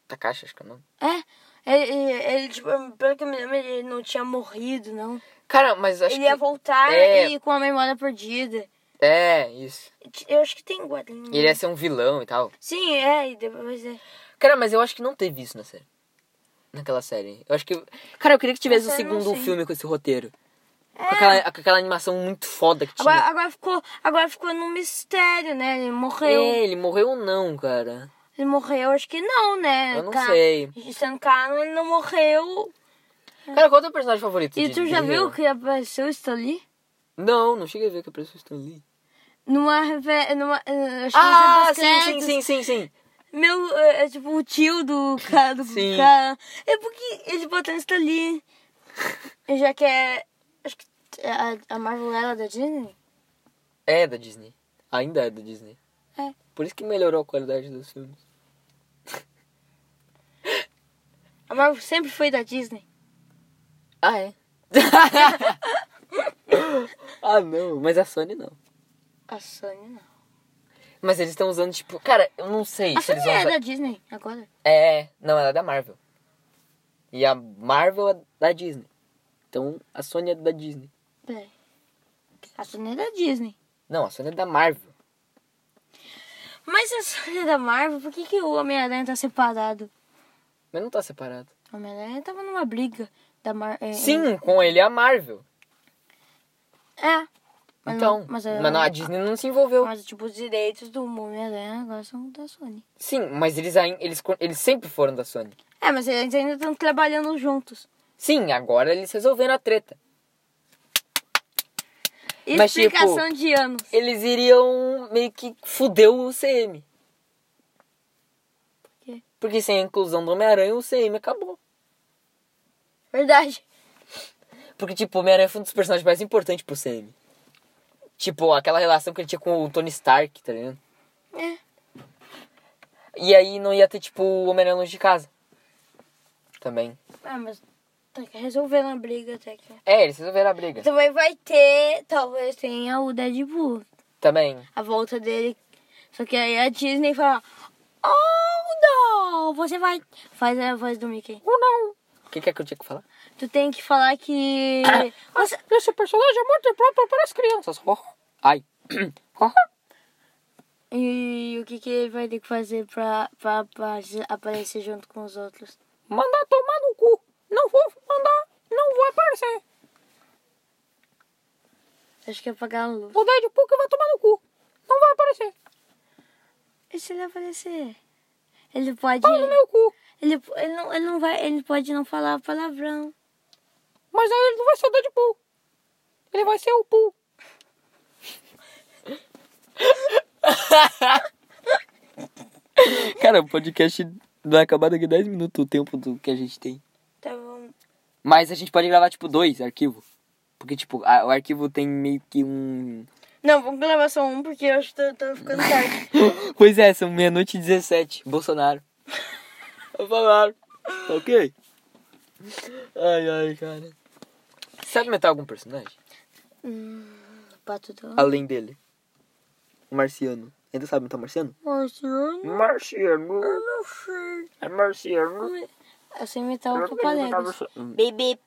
B: Takashi, acho que é o nome.
A: É. Ele, ele- ele, tipo, pelo que eu me lembro, ele não tinha morrido, não.
B: Cara, mas acho
A: ele ia
B: que.
A: voltar
B: é.
A: e com a memória perdida.
B: É, isso.
A: Eu acho que tem quadrinho.
B: E ele ia ser um vilão e tal.
A: Sim, é, e depois é.
B: Cara, mas eu acho que não teve isso na série. Naquela série. Eu acho que. Cara, eu queria que tivesse um
A: série eu não
B: segundo
A: sei.
B: filme com esse roteiro. Com, aquela, com aquela animação muito foda que tinha.
A: Agora, agora, ficou, agora ficou num mistério, né? Ele morreu.
B: É, ele morreu ou não, cara?
A: Ele morreu, acho que não, né?
B: Eu não
A: Ca-
B: sei.
A: Sendo Canon, ele não morreu.
B: Cara, qual é o teu personagem favorito?
A: E
B: de-
A: tu
B: de
A: já
B: Rio?
A: viu que apareceu o Stan Lee?
B: Não, não cheguei a ver que a pessoa está ali.
A: Numa. reve- numa eh, acho que
B: Ah,
A: nos
B: sim, sim,
A: créditos.
B: sim, sim, sim.
A: Meu. eh, É tipo o tio do cara. Do
B: Sim.
A: cara. É porque eles botaram o Stan Lee. E Já que é. Acho que é a, a Marvel era da Disney?
B: É da Disney. Ainda é da Disney.
A: É.
B: Por isso que melhorou a qualidade dos filmes.
A: A Marvel sempre foi da Disney.
B: Ah, é? *laughs* ah, não. Mas a Sony não.
A: A Sony não.
B: Mas eles estão usando, tipo... Cara, eu não sei
A: A
B: se eles
A: Sony
B: vão
A: é
B: usar...
A: da Disney agora.
B: É, não, ela é da Marvel. E a Marvel é da Disney. Então, a Sony é da Disney.
A: Peraí. A Sony é da Disney.
B: Não, a Sony é da Marvel.
A: Mas a Sony é da Marvel, por que, que o Homem-Aranha tá separado?
B: Mas não tá separado.
A: O Homem-Aranha tava numa briga da Mar... é,
B: Sim, com ele é a Marvel.
A: É. É. Mas
B: então,
A: não-
B: mas,
A: mas, é-
B: não, a Disney não se envolveu.
A: Mas, tipo, os direitos do Homem-Aranha agora são da Sony.
B: Sim, mas eles, ain- eles, con- eles sempre foram da Sony.
A: É, mas eles ainda estão trabalhando juntos.
B: Sim, agora eles resolveram a treta. Mas, tipo,
A: Explicação de anos.
B: Eles iriam meio que fuder o CM. Por
A: quê?
B: Porque sem a inclusão do Homem-Aranha, o CM acabou.
A: Verdade.
B: Porque, tipo, o Homem-Aranha foi um dos personagens mais importantes pro CM. Tipo, aquela relação que ele tinha com o Tony Stark, tá ligado?
A: É.
B: E aí não ia ter, tipo, o Homem-Aranha longe de casa. Também.
A: Ah, mas tá resolvendo a briga até que.
B: É, eles resolveram a briga.
A: Também vai ter, talvez tenha o Deadpool,
B: Também.
A: a volta dele. Só que aí a Disney fala: Oh, não! Você vai. Faz a voz do Mickey.
B: Ou não. O que, que é que eu tinha que falar?
A: Tu tem que falar que. Você...
B: Esse personagem é muito próprio para as crianças. Oh. *clears throat* Ai. Oh.
A: E o que, que ele vai ter que fazer pra, pra, pra se- aparecer junto com os outros?
B: Mandar tomar no cu. Não vou mandar. Não vou aparecer.
A: Acho que é apagar a luz.
B: O Deadpool que vai tomar no cu. Não vai aparecer.
A: E se ele aparecer? Ele pode.
B: Pau no meu cu.
A: Ele, ele, não, ele não vai. Ele pode não falar palavrão.
B: Mas aí ele não vai ser o Deadpool. Ele vai ser o Pool. *laughs* Cara, o podcast vai acabar daqui 10 minutos o tempo do que a gente tem.
A: Tá bom.
B: Mas a gente pode gravar, tipo, dois arquivos. Porque, tipo, a- o arquivo tem meio que um. *laughs*
A: Não, vamos gravar só um porque eu acho que tô, tô ficando *laughs* tarde.
B: Pois é, são meia-noite e 17. Bolsonaro. *laughs* Bolsonaro. Tá ok? Ai, ai, cara. Sabe meter algum personagem?
A: Hum, Pato do.
B: Além dele. O marciano. Ainda sabe meter o marciano?
A: Marciano?
B: Marciano.
A: Eu não sei.
B: É marciano.
A: Eu sei imitar o Papalegos.
B: Hum.
A: Bibi.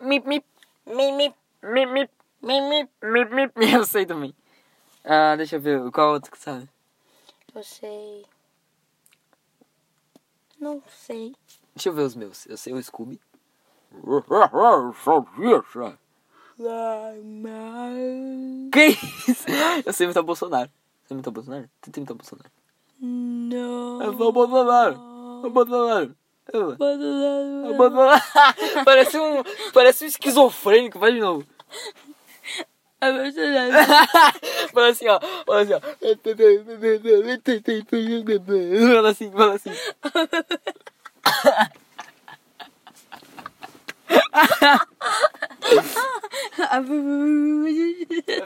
B: Mip, mip,
A: Mimi.
B: mip, mip,
A: Mimi.
B: mip, mip. *laughs* Eu sei também. Ah, deixa eu ver. Qual outro que sabe?
A: Eu sei. Não sei.
B: Deixa eu ver os meus. Eu sei o *laughs* Scooby.
A: Não.
B: Que isso? Eu sei imitar o Bolsonaro. Você imitar o Bolsonaro? Tenta imitar o Bolsonaro. Eu sou o Bolsonaro. O Bolsonaro. Eu- O Bolsonaro. *laughs* parece um. Parece um esquizofrênico. Vai de novo. *laughs*
A: *laughs*
B: fala assim, ó. Fala assim, ó. Fala assim, fala assim.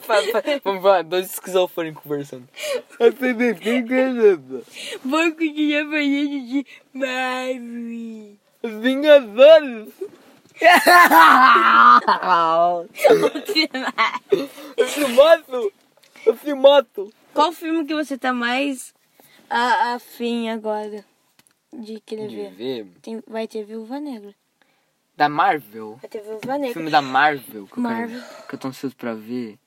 B: Fa- fa- Vamos lá, dois esquizofrênicos conversando.
A: Banco de japonês de Marvel.
B: Vingadores! Eu te mato! Eu te mato!
A: Qual filme que você tá mais a- afim agora de querer ver? Tem- vai ter Viúva Negra.
B: Da Marvel?
A: Vai ter Viúva
B: O
A: Negra.
B: filme da Marvel que eu,
A: Marvel.
B: Quero, que eu tô ansioso pra ver.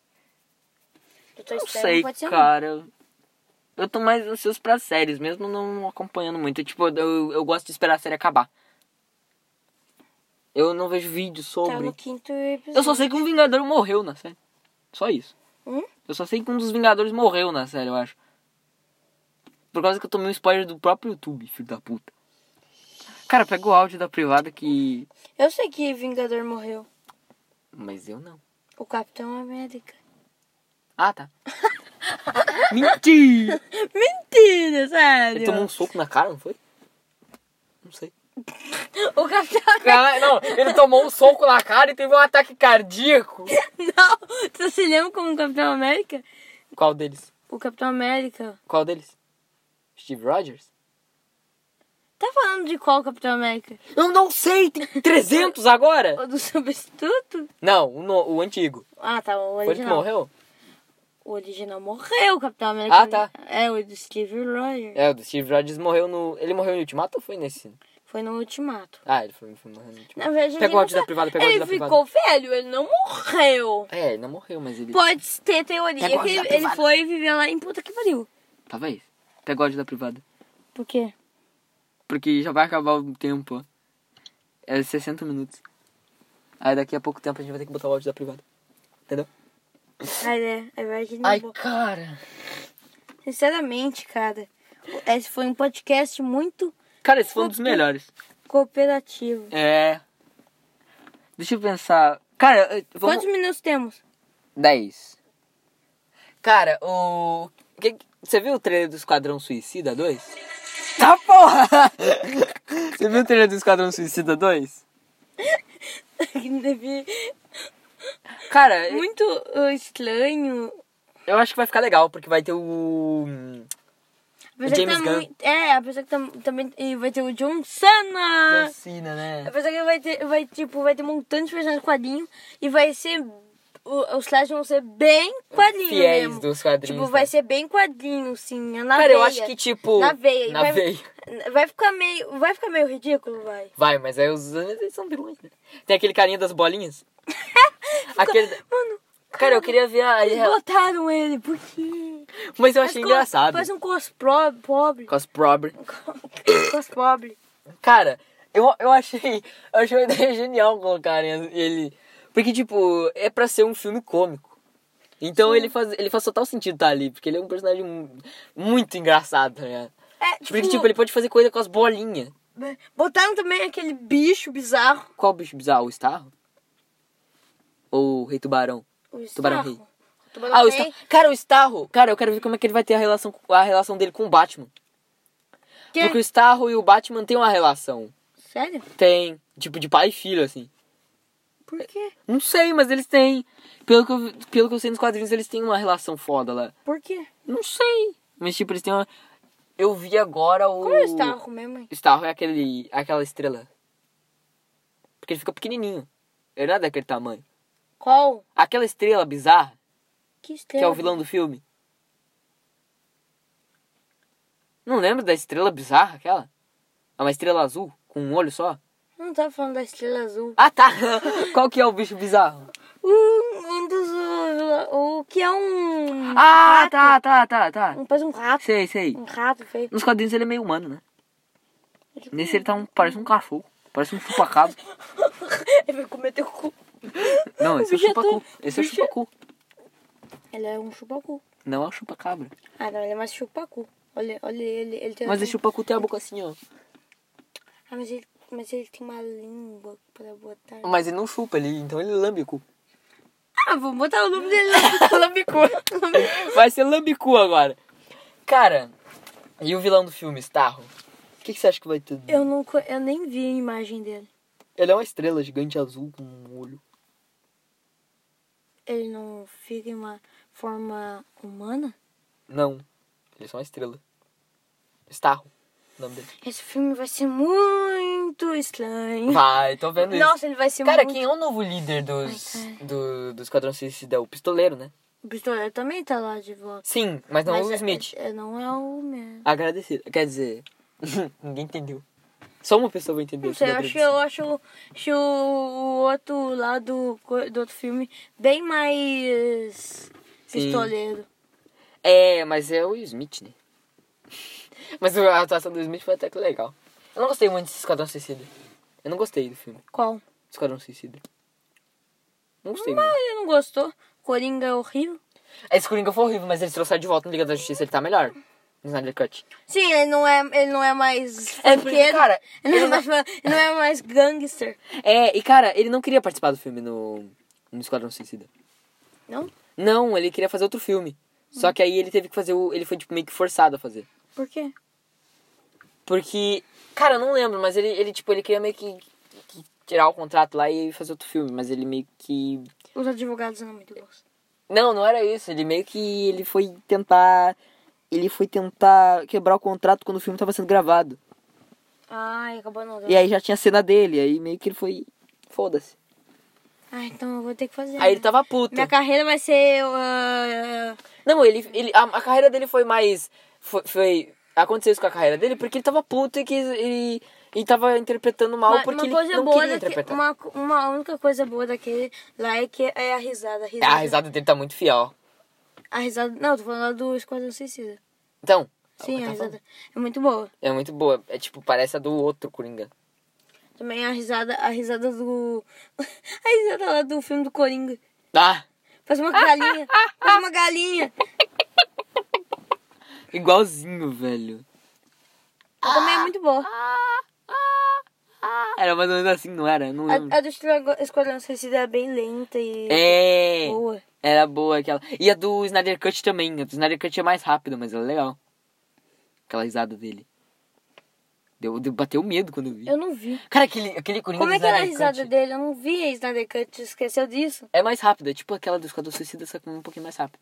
A: Do Toy
B: Não
A: Story
B: sei,
A: pode ser um
B: cara. Eu tô mais ansioso pra séries, mesmo não acompanhando muito. Tipo, eu, eu gosto de esperar a série acabar. Eu não vejo vídeo
A: um. Tá
B: sobre.
A: no quinto episódio.
B: Eu só sei que um Vingador morreu na série. Só isso.
A: Hum?
B: Eu só sei que um dos Vingadores morreu na série, eu acho. Por causa que eu tomei um spoiler do próprio YouTube, filho da puta. Cara, pega o áudio da privada que.
A: Eu sei que Vingador morreu.
B: Mas eu não.
A: O Capitão América.
B: Ah, tá. Mentira!
A: *laughs* Mentira, sério.
B: Ele tomou um soco na cara, não foi? Não sei. um-
A: O Capitão *laughs* América.
B: Caralho, não, ele tomou um soco na cara e teve um ataque cardíaco.
A: Não, tu se lembra como o Capitão América?
B: Qual deles?
A: O Capitão América.
B: Qual deles? Steve Rogers?
A: Tá falando de qual Capitão América?
B: Eu não sei, tem 300 agora!
A: O do substituto?
B: Não, o, no- o antigo.
A: Ah, tá, o
B: Foi ele que
A: original.
B: morreu?
A: O original morreu, o Capitão América.
B: Ah, tá.
A: É, o do Steve Rogers.
B: É, o do Steve Rogers morreu no. Ele morreu no Ultimato ou foi nesse?
A: Foi no Ultimato.
B: Ah, ele foi, foi morrendo no Ultimato.
A: Na verdade,
B: Pega
A: ele
B: o áudio
A: não-
B: da privada, pega o áudio
A: Ele
B: da
A: ficou velho, ele não morreu.
B: privada. É, ele não morreu, mas ele.
A: Pode ter teoria
B: Pega o
A: que
B: áudio da
A: ele, ele
B: privada.
A: foi viver lá em puta que pariu.
B: Talvez. Pega o áudio da privada.
A: Por quê?
B: Porque já vai acabar o tempo. ó. É 60 minutos. Aí daqui a pouco tempo a gente vai ter que botar o áudio da privada. Entendeu?
A: Aí, é, aí vai que não
B: Ai,
A: vou.
B: cara.
A: Sinceramente, cara, esse foi um podcast muito
B: Cara, esse foi um dos melhores.
A: cooperativo.
B: É. Deixa eu pensar. Cara, eu- vamos.
A: Quantos minutos temos? *laughs*
B: 10. Cara, o. que- que- Você viu o trailer do Esquadrão Suicida 2? Tá porra! *laughs* Você viu o trailer do Esquadrão Suicida 2?
A: Que não devia-
B: Cara, eu-
A: Muito ah, estranho.
B: eu acho que vai ficar legal, porque vai ter o.
A: Apesar que
B: James
A: tá
B: Gunn.
A: muito- É, apesar que tá- também e vai ter o John
B: John
A: Cena.
B: Cena, né?
A: Apesar que vai ter, vai, tipo, vai ter um montão de personagens quadrinhos e vai ser... o- Os slides vão ser bem quadrinhos
B: Fiéis
A: mesmo.
B: dos quadrinhos.
A: Tipo, vai
B: né?
A: ser bem quadrinho, sim. é Na
B: Cara,
A: veia.
B: eu acho que tipo.
A: Na veia.
B: Na
A: vai,
B: veia.
A: vai ficar meio. Vai ficar meio ridículo, vai.
B: Vai, mas aí os anos eles são vilões, né? Tem aquele carinha das
A: *laughs*
B: bolinhas. aquele...
A: Mano,
B: Cara, eu queria ver a.
A: eles botaram ele, por quê?
B: Mas É. eu
A: Faz
B: achei
A: co-
B: engraçado.
A: Faz um cos pro- pobre.
B: Com as pobre.
A: *coughs* Cos pobre.
B: Cara, eu, eu achei. Eu achei uma ideia genial colocarem ele. Porque, tipo, é pra ser um filme cômico. Então ele faz, ele faz total sentido estar ali, porque ele é um personagem mu- muito engraçado, tá ligado?
A: É, tipo, né,
B: Porque, tipo, ele pode fazer coisa com as bolinhas.
A: botaram também aquele bicho bizarro.
B: Qual bicho bizarro? O Starro? Ou o Rei Tubarão?
A: O
B: Tubarão
A: Starro.
B: Rei.
A: O Tubarão
B: Ah, o
A: Rei.
B: Starro. Cara, o Starro. Cara, eu quero ver como é que ele vai ter a relação, com- a relação dele com o Batman.
A: Que-
B: Porque o Starro e o Batman têm uma relação.
A: Sério?
B: Tem. Tipo, de pai e filho, assim.
A: Por quê?
B: Não sei, mas eles têm. Pelo que, eu, pelo que eu sei nos quadrinhos, eles têm uma relação foda lá.
A: Por quê?
B: Não sei. Mas, tipo, eles têm uma. Eu vi agora o.
A: Qual é o Starro mesmo, hein?
B: Starro é aquele, aquela estrela. Porque ele fica pequenininho. Ele não é daquele tamanho.
A: Qual?
B: Aquela estrela bizarra,
A: Que
B: que
A: estrela?
B: é o vilão do filme. Não lembro da estrela bizarra, aquela? É uma estrela azul, com um olho só.
A: Não tava falando da estrela azul.
B: Ah, tá. *laughs* Qual que é o bicho bizarro?
A: Um, um dos. uh, O que é um.
B: Ah,
A: rato.
B: tá, tá, tá, tá.
A: Um, parece um rato.
B: Sei, sei.
A: Um rato feio.
B: *laughs* Nos quadrinhos ele é meio humano, né?
A: É tipo-
B: Nesse ele tá um, parece um cachorro. Parece um chupacabo.
A: Ele vai comer teu cu.
B: Não, esse é o
A: bicho é
B: chupacu.
A: todo-
B: Esse é o
A: bicho é-
B: chupacu.
A: Ele é um chupacu.
B: Não é o chupacabra.
A: Ah, não, ele é mais chupacu. Olha, olha ele, ele tem. um
B: Mas o chupacu tem a boca assim, ó.
A: Ah, mas ele, mas ele tem uma língua pra botar.
B: Mas ele não chupa, ele, então ele lambe o cu.
A: Ah, vou botar o nome dele lá. *laughs* Lambicu.
B: Vai ser lambicu agora. Cara, e o vilão do filme, Starro? O que, que você acha que vai ter?
A: eu, não, co- eu nem vi a imagem dele.
B: Ele é uma estrela gigante azul com um olho.
A: Ele não fica em uma forma humana?
B: Não, ele é só uma estrela. Starro, o
A: *laughs*
B: nome dele.
A: Esse filme vai ser muito estranho.
B: Vai, tô vendo isso.
A: Nossa, ele vai ser
B: Cara,
A: muito...
B: quem é o novo líder dos,
A: Ai,
B: do, do Esquadrão Suicida? O Pistoleiro, né?
A: O pistoleiro também tá lá de volta.
B: Sim, mas não
A: Mas
B: o
A: é-
B: Smith.
A: é- não é o mesmo.
B: Agradecido. Quer dizer, *laughs* ninguém entendeu. Só uma pessoa vai entender.
A: Não
B: que
A: sei, eu
B: não
A: acho,
B: agradeceu.
A: eu acho, acho o outro lá do, co- do outro filme bem mais pistoleiro.
B: É, mas é o Smith, né? *laughs* mas a atuação do Smith foi até que legal. Eu não gostei muito desse Esquadrão Suicida. Eu não gostei do filme.
A: Qual?
B: Esquadrão Suicida. Não gostei
A: Mas
B: muito.
A: ele não gostou. Coringa é horrível.
B: Esse Coringa foi horrível, mas eles trouxeram de volta no Liga da Justiça, ele tá melhor. No Snyder Cut.
A: Sim, ele não é, ele não é mais.
B: É, porque,
A: funkeiro,
B: cara,
A: *laughs* Ele
B: ele
A: não é mais, ele não é mais gangster.
B: É, e cara, ele não queria participar do filme no, no Esquadrão Suicida.
A: Não?
B: Não, ele queria fazer outro filme. Só que aí ele teve que fazer o. Ele foi tipo, meio que forçado a fazer.
A: Por quê?
B: Porque. Cara, eu não lembro, mas ele, ele tipo, ele queria meio que, que tirar o contrato lá e fazer outro filme. Mas ele meio que.
A: Os advogados são muito bons.
B: Não, não era isso. Ele meio que. Ele foi tentar. Ele foi tentar quebrar o contrato quando o filme tava sendo gravado.
A: Ai, acabou não.
B: E aí já tinha a cena dele. Aí meio que ele foi. Foda-se.
A: Ah, então eu vou ter que fazer.
B: Aí ele tá-
A: né?
B: tava puto.
A: Minha carreira vai ser. ah,
B: Não, ele, ele a, a carreira dele foi mais foi, foi- aconteceu isso com a carreira dele porque ele tava puto e que ele, ele tava interpretando mal
A: Uma,
B: porque
A: uma
B: ele
A: coisa
B: não
A: boa
B: queria
A: daque-
B: interpretar.
A: uma, uma única coisa boa daquele lá é que é a risada. A
B: É,
A: risada,
B: A risada dele tá muito fiel.
A: a risada- Não, tô falando lá do Esquadrão Suicida.
B: Então, é o que
A: Sim,
B: eu
A: a
B: tava
A: risada. É muito boa.
B: falando. é muito boa, é tipo parece a do outro Coringa.
A: Também a risada, a risada do. *laughs* A risada lá do filme do Coringa.
B: Ah,
A: Faz uma galinha. faz uma galinha.
B: igualzinho, velho.
A: Também é muito boa.
B: Ah. Era mais ou menos assim, não era? Eu Não lembro.
A: A, a do Esquadrão- Esquadrão Suicida é bem lenta e
B: É.
A: boa.
B: Era boa aquela. E a do Snyder Cut também. A do Snyder Cut é mais rápida, mas ela é legal. Aquela risada dele. Deu, deu, bateu medo quando eu vi.
A: Eu não vi.
B: Cara, aquele, aquele Coringa
A: Como é
B: do
A: que era a
B: Snyder
A: risada
B: Cut
A: dele? Eu não vi a Snyder Cut, esqueceu disso?
B: É mais rápida, é tipo aquela do Esquadrão Suicida, só que um pouquinho mais rápida.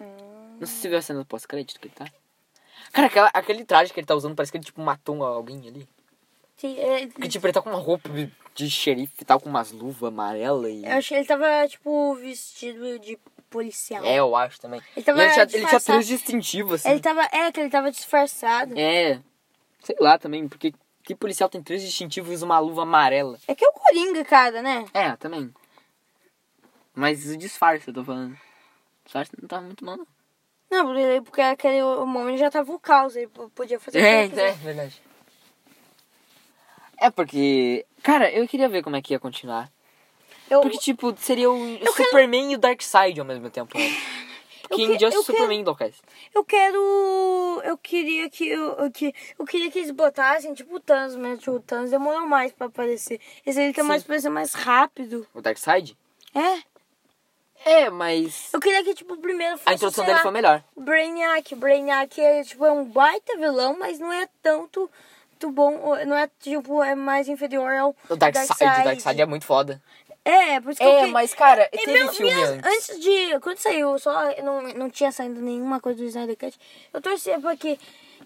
A: Hum.
B: Não sei se você viu a cena do pós-crédito que ele tá. Cara, aquela- aquele traje que ele tá usando parece que ele tipo matou alguém ali.
A: Sim, é,
B: Porque tipo, ele tá com uma roupa de- de xerife e tal, com umas luvas amarelas e.
A: eu achei ele tava, tipo, vestido de policial.
B: É, eu acho também.
A: Ele tava
B: E ele tinha, ele tinha
A: disfarçado.
B: três distintivos, assim.
A: Ele tava. É, que ele tava disfarçado. É.
B: É. Sei lá também, porque que policial tem três distintivos e usa uma luva amarela?
A: que é o Coringa, cara, né?
B: É, também. Mas o disfarce, eu tô falando. O disfarce não tá muito bom, não.
A: Não, porque- porque aquele momento já tava o caos, ele p- podia
B: É,
A: fazer o que ele quiser.
B: verdade. É porque. Cara, eu queria ver como é que ia continuar.
A: Eu,
B: Porque, tipo, seria o Superman e o Darkseid ao mesmo tempo. né? Porque
A: que-
B: em Just
A: eu que-
B: Superman enlouquece.
A: eu quero. Eu queria que. Eu, eu, que, eu queria que eles botassem, tipo, o Thanos, mas tipo, o Thanos demorou mais pra aparecer. Esse aí ele quer
B: Sim.
A: mais aparecer mais rápido.
B: O Darkseid?
A: É?
B: É, mas.
A: Eu queria que, tipo, o primeiro fosse.
B: A introdução
A: sei
B: dele
A: lá,
B: foi melhor.
A: Brainiac. Brainiac é, tipo, é um baita vilão, mas não é tanto. Muito bom, não é tipo, é mais inferior ao
B: O Darkseid, o Darkseid é muito foda.
A: É, por isso que eu
B: É,
A: fiquei-
B: mas, cara,
A: E
B: teve
A: meu-
B: filme
A: minhas-
B: antes.
A: de. Quando saiu, só não, não tinha saído nenhuma coisa do Snyder Cut. Eu torcia pra que,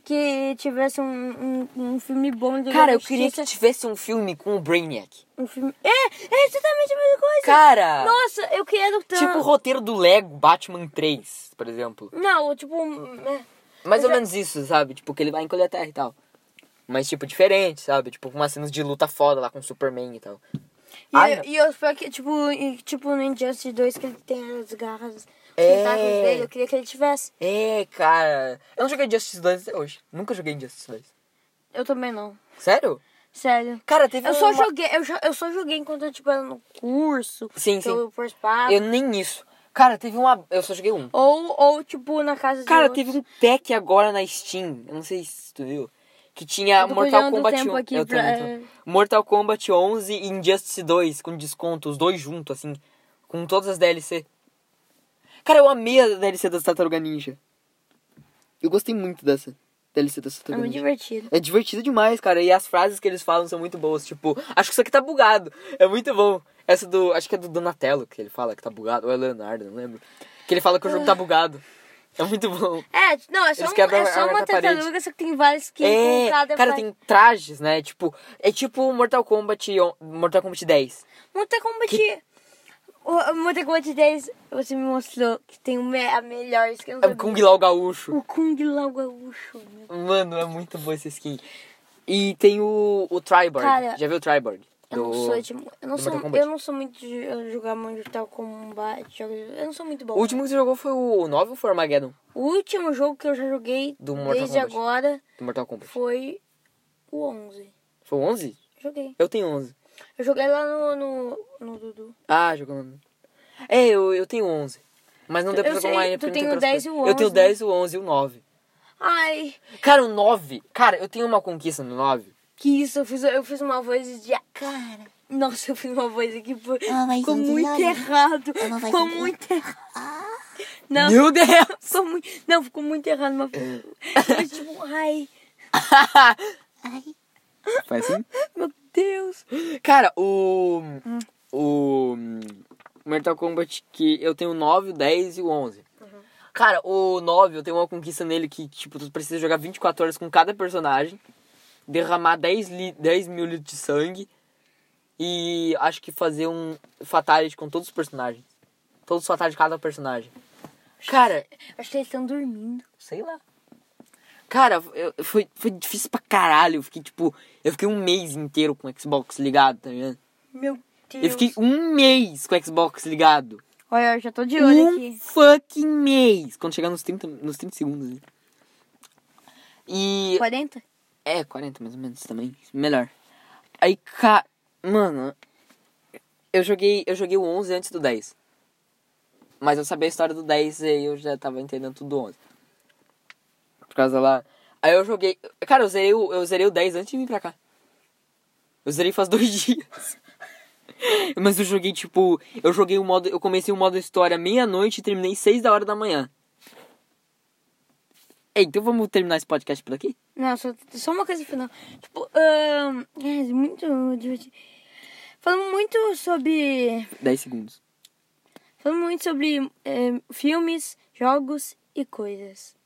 A: que tivesse um, um, um filme bom de
B: Cara, eu queria que
A: justiça,
B: tivesse um filme com o Brainiac.
A: um filme. É, é exatamente a mesma coisa.
B: Cara!
A: Nossa, eu quero tanto.
B: Tipo o roteiro do Lego Batman 3, por exemplo.
A: Não, tipo. um- é.
B: Mais ou
A: Mas é-
B: menos isso, sabe? Tipo, que ele vai encolher a terra e tal. Mas, tipo, diferente, sabe? Tipo, com umas cenas de luta foda lá com o Superman e tal.
A: E,
B: Ai,
A: eu- e eu espero que, tipo, e, tipo, no Injustice 2 que ele tem as garras, os
B: É.
A: tentáculos dele, eu queria que ele tivesse.
B: É, cara. Eu não joguei Justice 2 até hoje. Nunca joguei Justice 2.
A: Eu também não.
B: Sério?
A: Sério.
B: Cara, teve
A: Eu só
B: uma-
A: joguei, eu, jo- eu só joguei enquanto eu, tipo, era no curso.
B: Sim,
A: que
B: sim.
A: Eu ia pro espaço.
B: Eu nem isso. Cara, teve uma. Eu só joguei um.
A: Ou, ou tipo, na casa de
B: Cara,
A: outros.
B: teve um pack agora na Steam. Eu não sei se tu viu. Que tinha
A: Eu tô
B: Mortal
A: olhando o
B: Kombat
A: tempo
B: 11.
A: aqui
B: eu
A: pra- é.
B: também tô. Mortal Kombat 11 e Injustice 2 com desconto, os dois juntos, assim. Com todas as DLC. Cara, eu amei a DLC da Tartaruga Ninja. Eu gostei muito dessa DLC da
A: É
B: Tartaruga
A: muito
B: Ninja.
A: divertido.
B: É divertido demais, cara. E as frases que eles falam são muito boas. Tipo, acho que isso aqui tá bugado. É muito bom. Essa do. Acho que é do Donatello que ele fala que tá bugado. Ou é Leonardo, não lembro. Que ele fala que o
A: Ah.
B: jogo tá bugado. É muito bom.
A: É, não, é só,
B: Eles
A: um,
B: quebram
A: é
B: a-
A: só
B: a
A: uma
B: parede.
A: tartaruga, só que tem várias skins com
B: É,
A: cada
B: cara,
A: parte.
B: tem trajes, né? Tipo, é tipo Mortal Kombat, on- Mortal Kombat 10.
A: Mortal Kombat. O o Mortal Kombat 10, você me mostrou que tem o me- a melhor skin. eu
B: É
A: sabia.
B: o Kung Lao Gaúcho.
A: O Kung Lao Gaúcho, meu.
B: Mano, é muito boa essa skin. E tem o, o Triborg.
A: Cara,
B: Já viu o Triborg?
A: Eu não
B: Do-
A: sou, tipo, eu não
B: do
A: sou,
B: Mortal Kombat.
A: eu não sou muito de eu jogar Mortal Kombat. jogos- Eu não sou muito bom.
B: O último que você jogou foi o 9 ou foi o Armageddon?
A: O último jogo que eu já joguei
B: Do Mortal
A: desde
B: Kombat.
A: agora
B: Do Mortal Kombat.
A: foi o 11.
B: Foi o 11?
A: Joguei.
B: Eu tenho 11.
A: Eu joguei lá no, no, no Dudu.
B: Ah, jogou no... É, eu, eu tenho 11. Mas não deu pra
A: Eu
B: jogar
A: sei,
B: online.
A: tu
B: porque não
A: tem o
B: pra
A: 10 e o né?
B: Eu tenho
A: 11,
B: 10, o 11 e o 9.
A: Ai,
B: Cara, o 9... Cara, eu tenho uma conquista no 9.
A: que isso, eu fiz, eu fiz uma voz de. Cara. Nossa, eu fiz uma voz aqui. Por...
C: Uma voz
A: Ficou
C: de
A: muito
C: lolly.
A: errado.
C: Uma voz
A: Ficou
C: de-
A: muito errado. Não,
B: Meu
A: *laughs*
B: Deus!
A: ficou muito. Não, ficou muito errado. Mas, mas tipo, ai,
B: Faz assim?
A: meu Deus.
B: Cara, o... O... Mortal Kombat que eu tenho o 9, o 10 e o 11. Cara, o 9, eu tenho uma conquista nele que, tipo, tu precisa jogar 24 horas com cada personagem. Derramar 10, li 10 mil litros de sangue. E acho que fazer um fatality com todos os personagens. Todos os fatalities de cada personagem. Cara,
A: Acho que eles estão dormindo.
B: sei lá. Cara, eu, foi, foi difícil pra caralho. Eu fiquei, tipo, eu fiquei um mês inteiro com o Xbox ligado, tá ligado?
A: Meu Deus.
B: Eu fiquei um mês com o Xbox ligado.
A: Olha, eu já tô de olho
B: Um
A: aqui.
B: fucking mês. Quando chegar nos 30, nos 30 segundos. né? E.
A: 40?
B: É, 40 mais ou menos também. Melhor. Aí, ca... Mano. Eu joguei, eu joguei o 11 antes do 10. Mas eu sabia a história do 10 e aí eu já tava entendendo tudo do 11. Por causa lá. Aí eu joguei. Cara, eu zerei o, eu zerei o 10 antes de vir pra cá. Eu zerei faz *laughs* dois dias. Mas eu joguei, tipo. Eu joguei o modo. Eu comecei o modo história meia-noite e terminei seis da hora da manhã. Ei, então vamos terminar esse podcast por aqui?
A: Não, só, só uma coisa final. Tipo, ahn, é muito divertido. Falamos muito sobre.
B: 10 segundos.
A: Falamos muito sobre eh, filmes, jogos e coisas.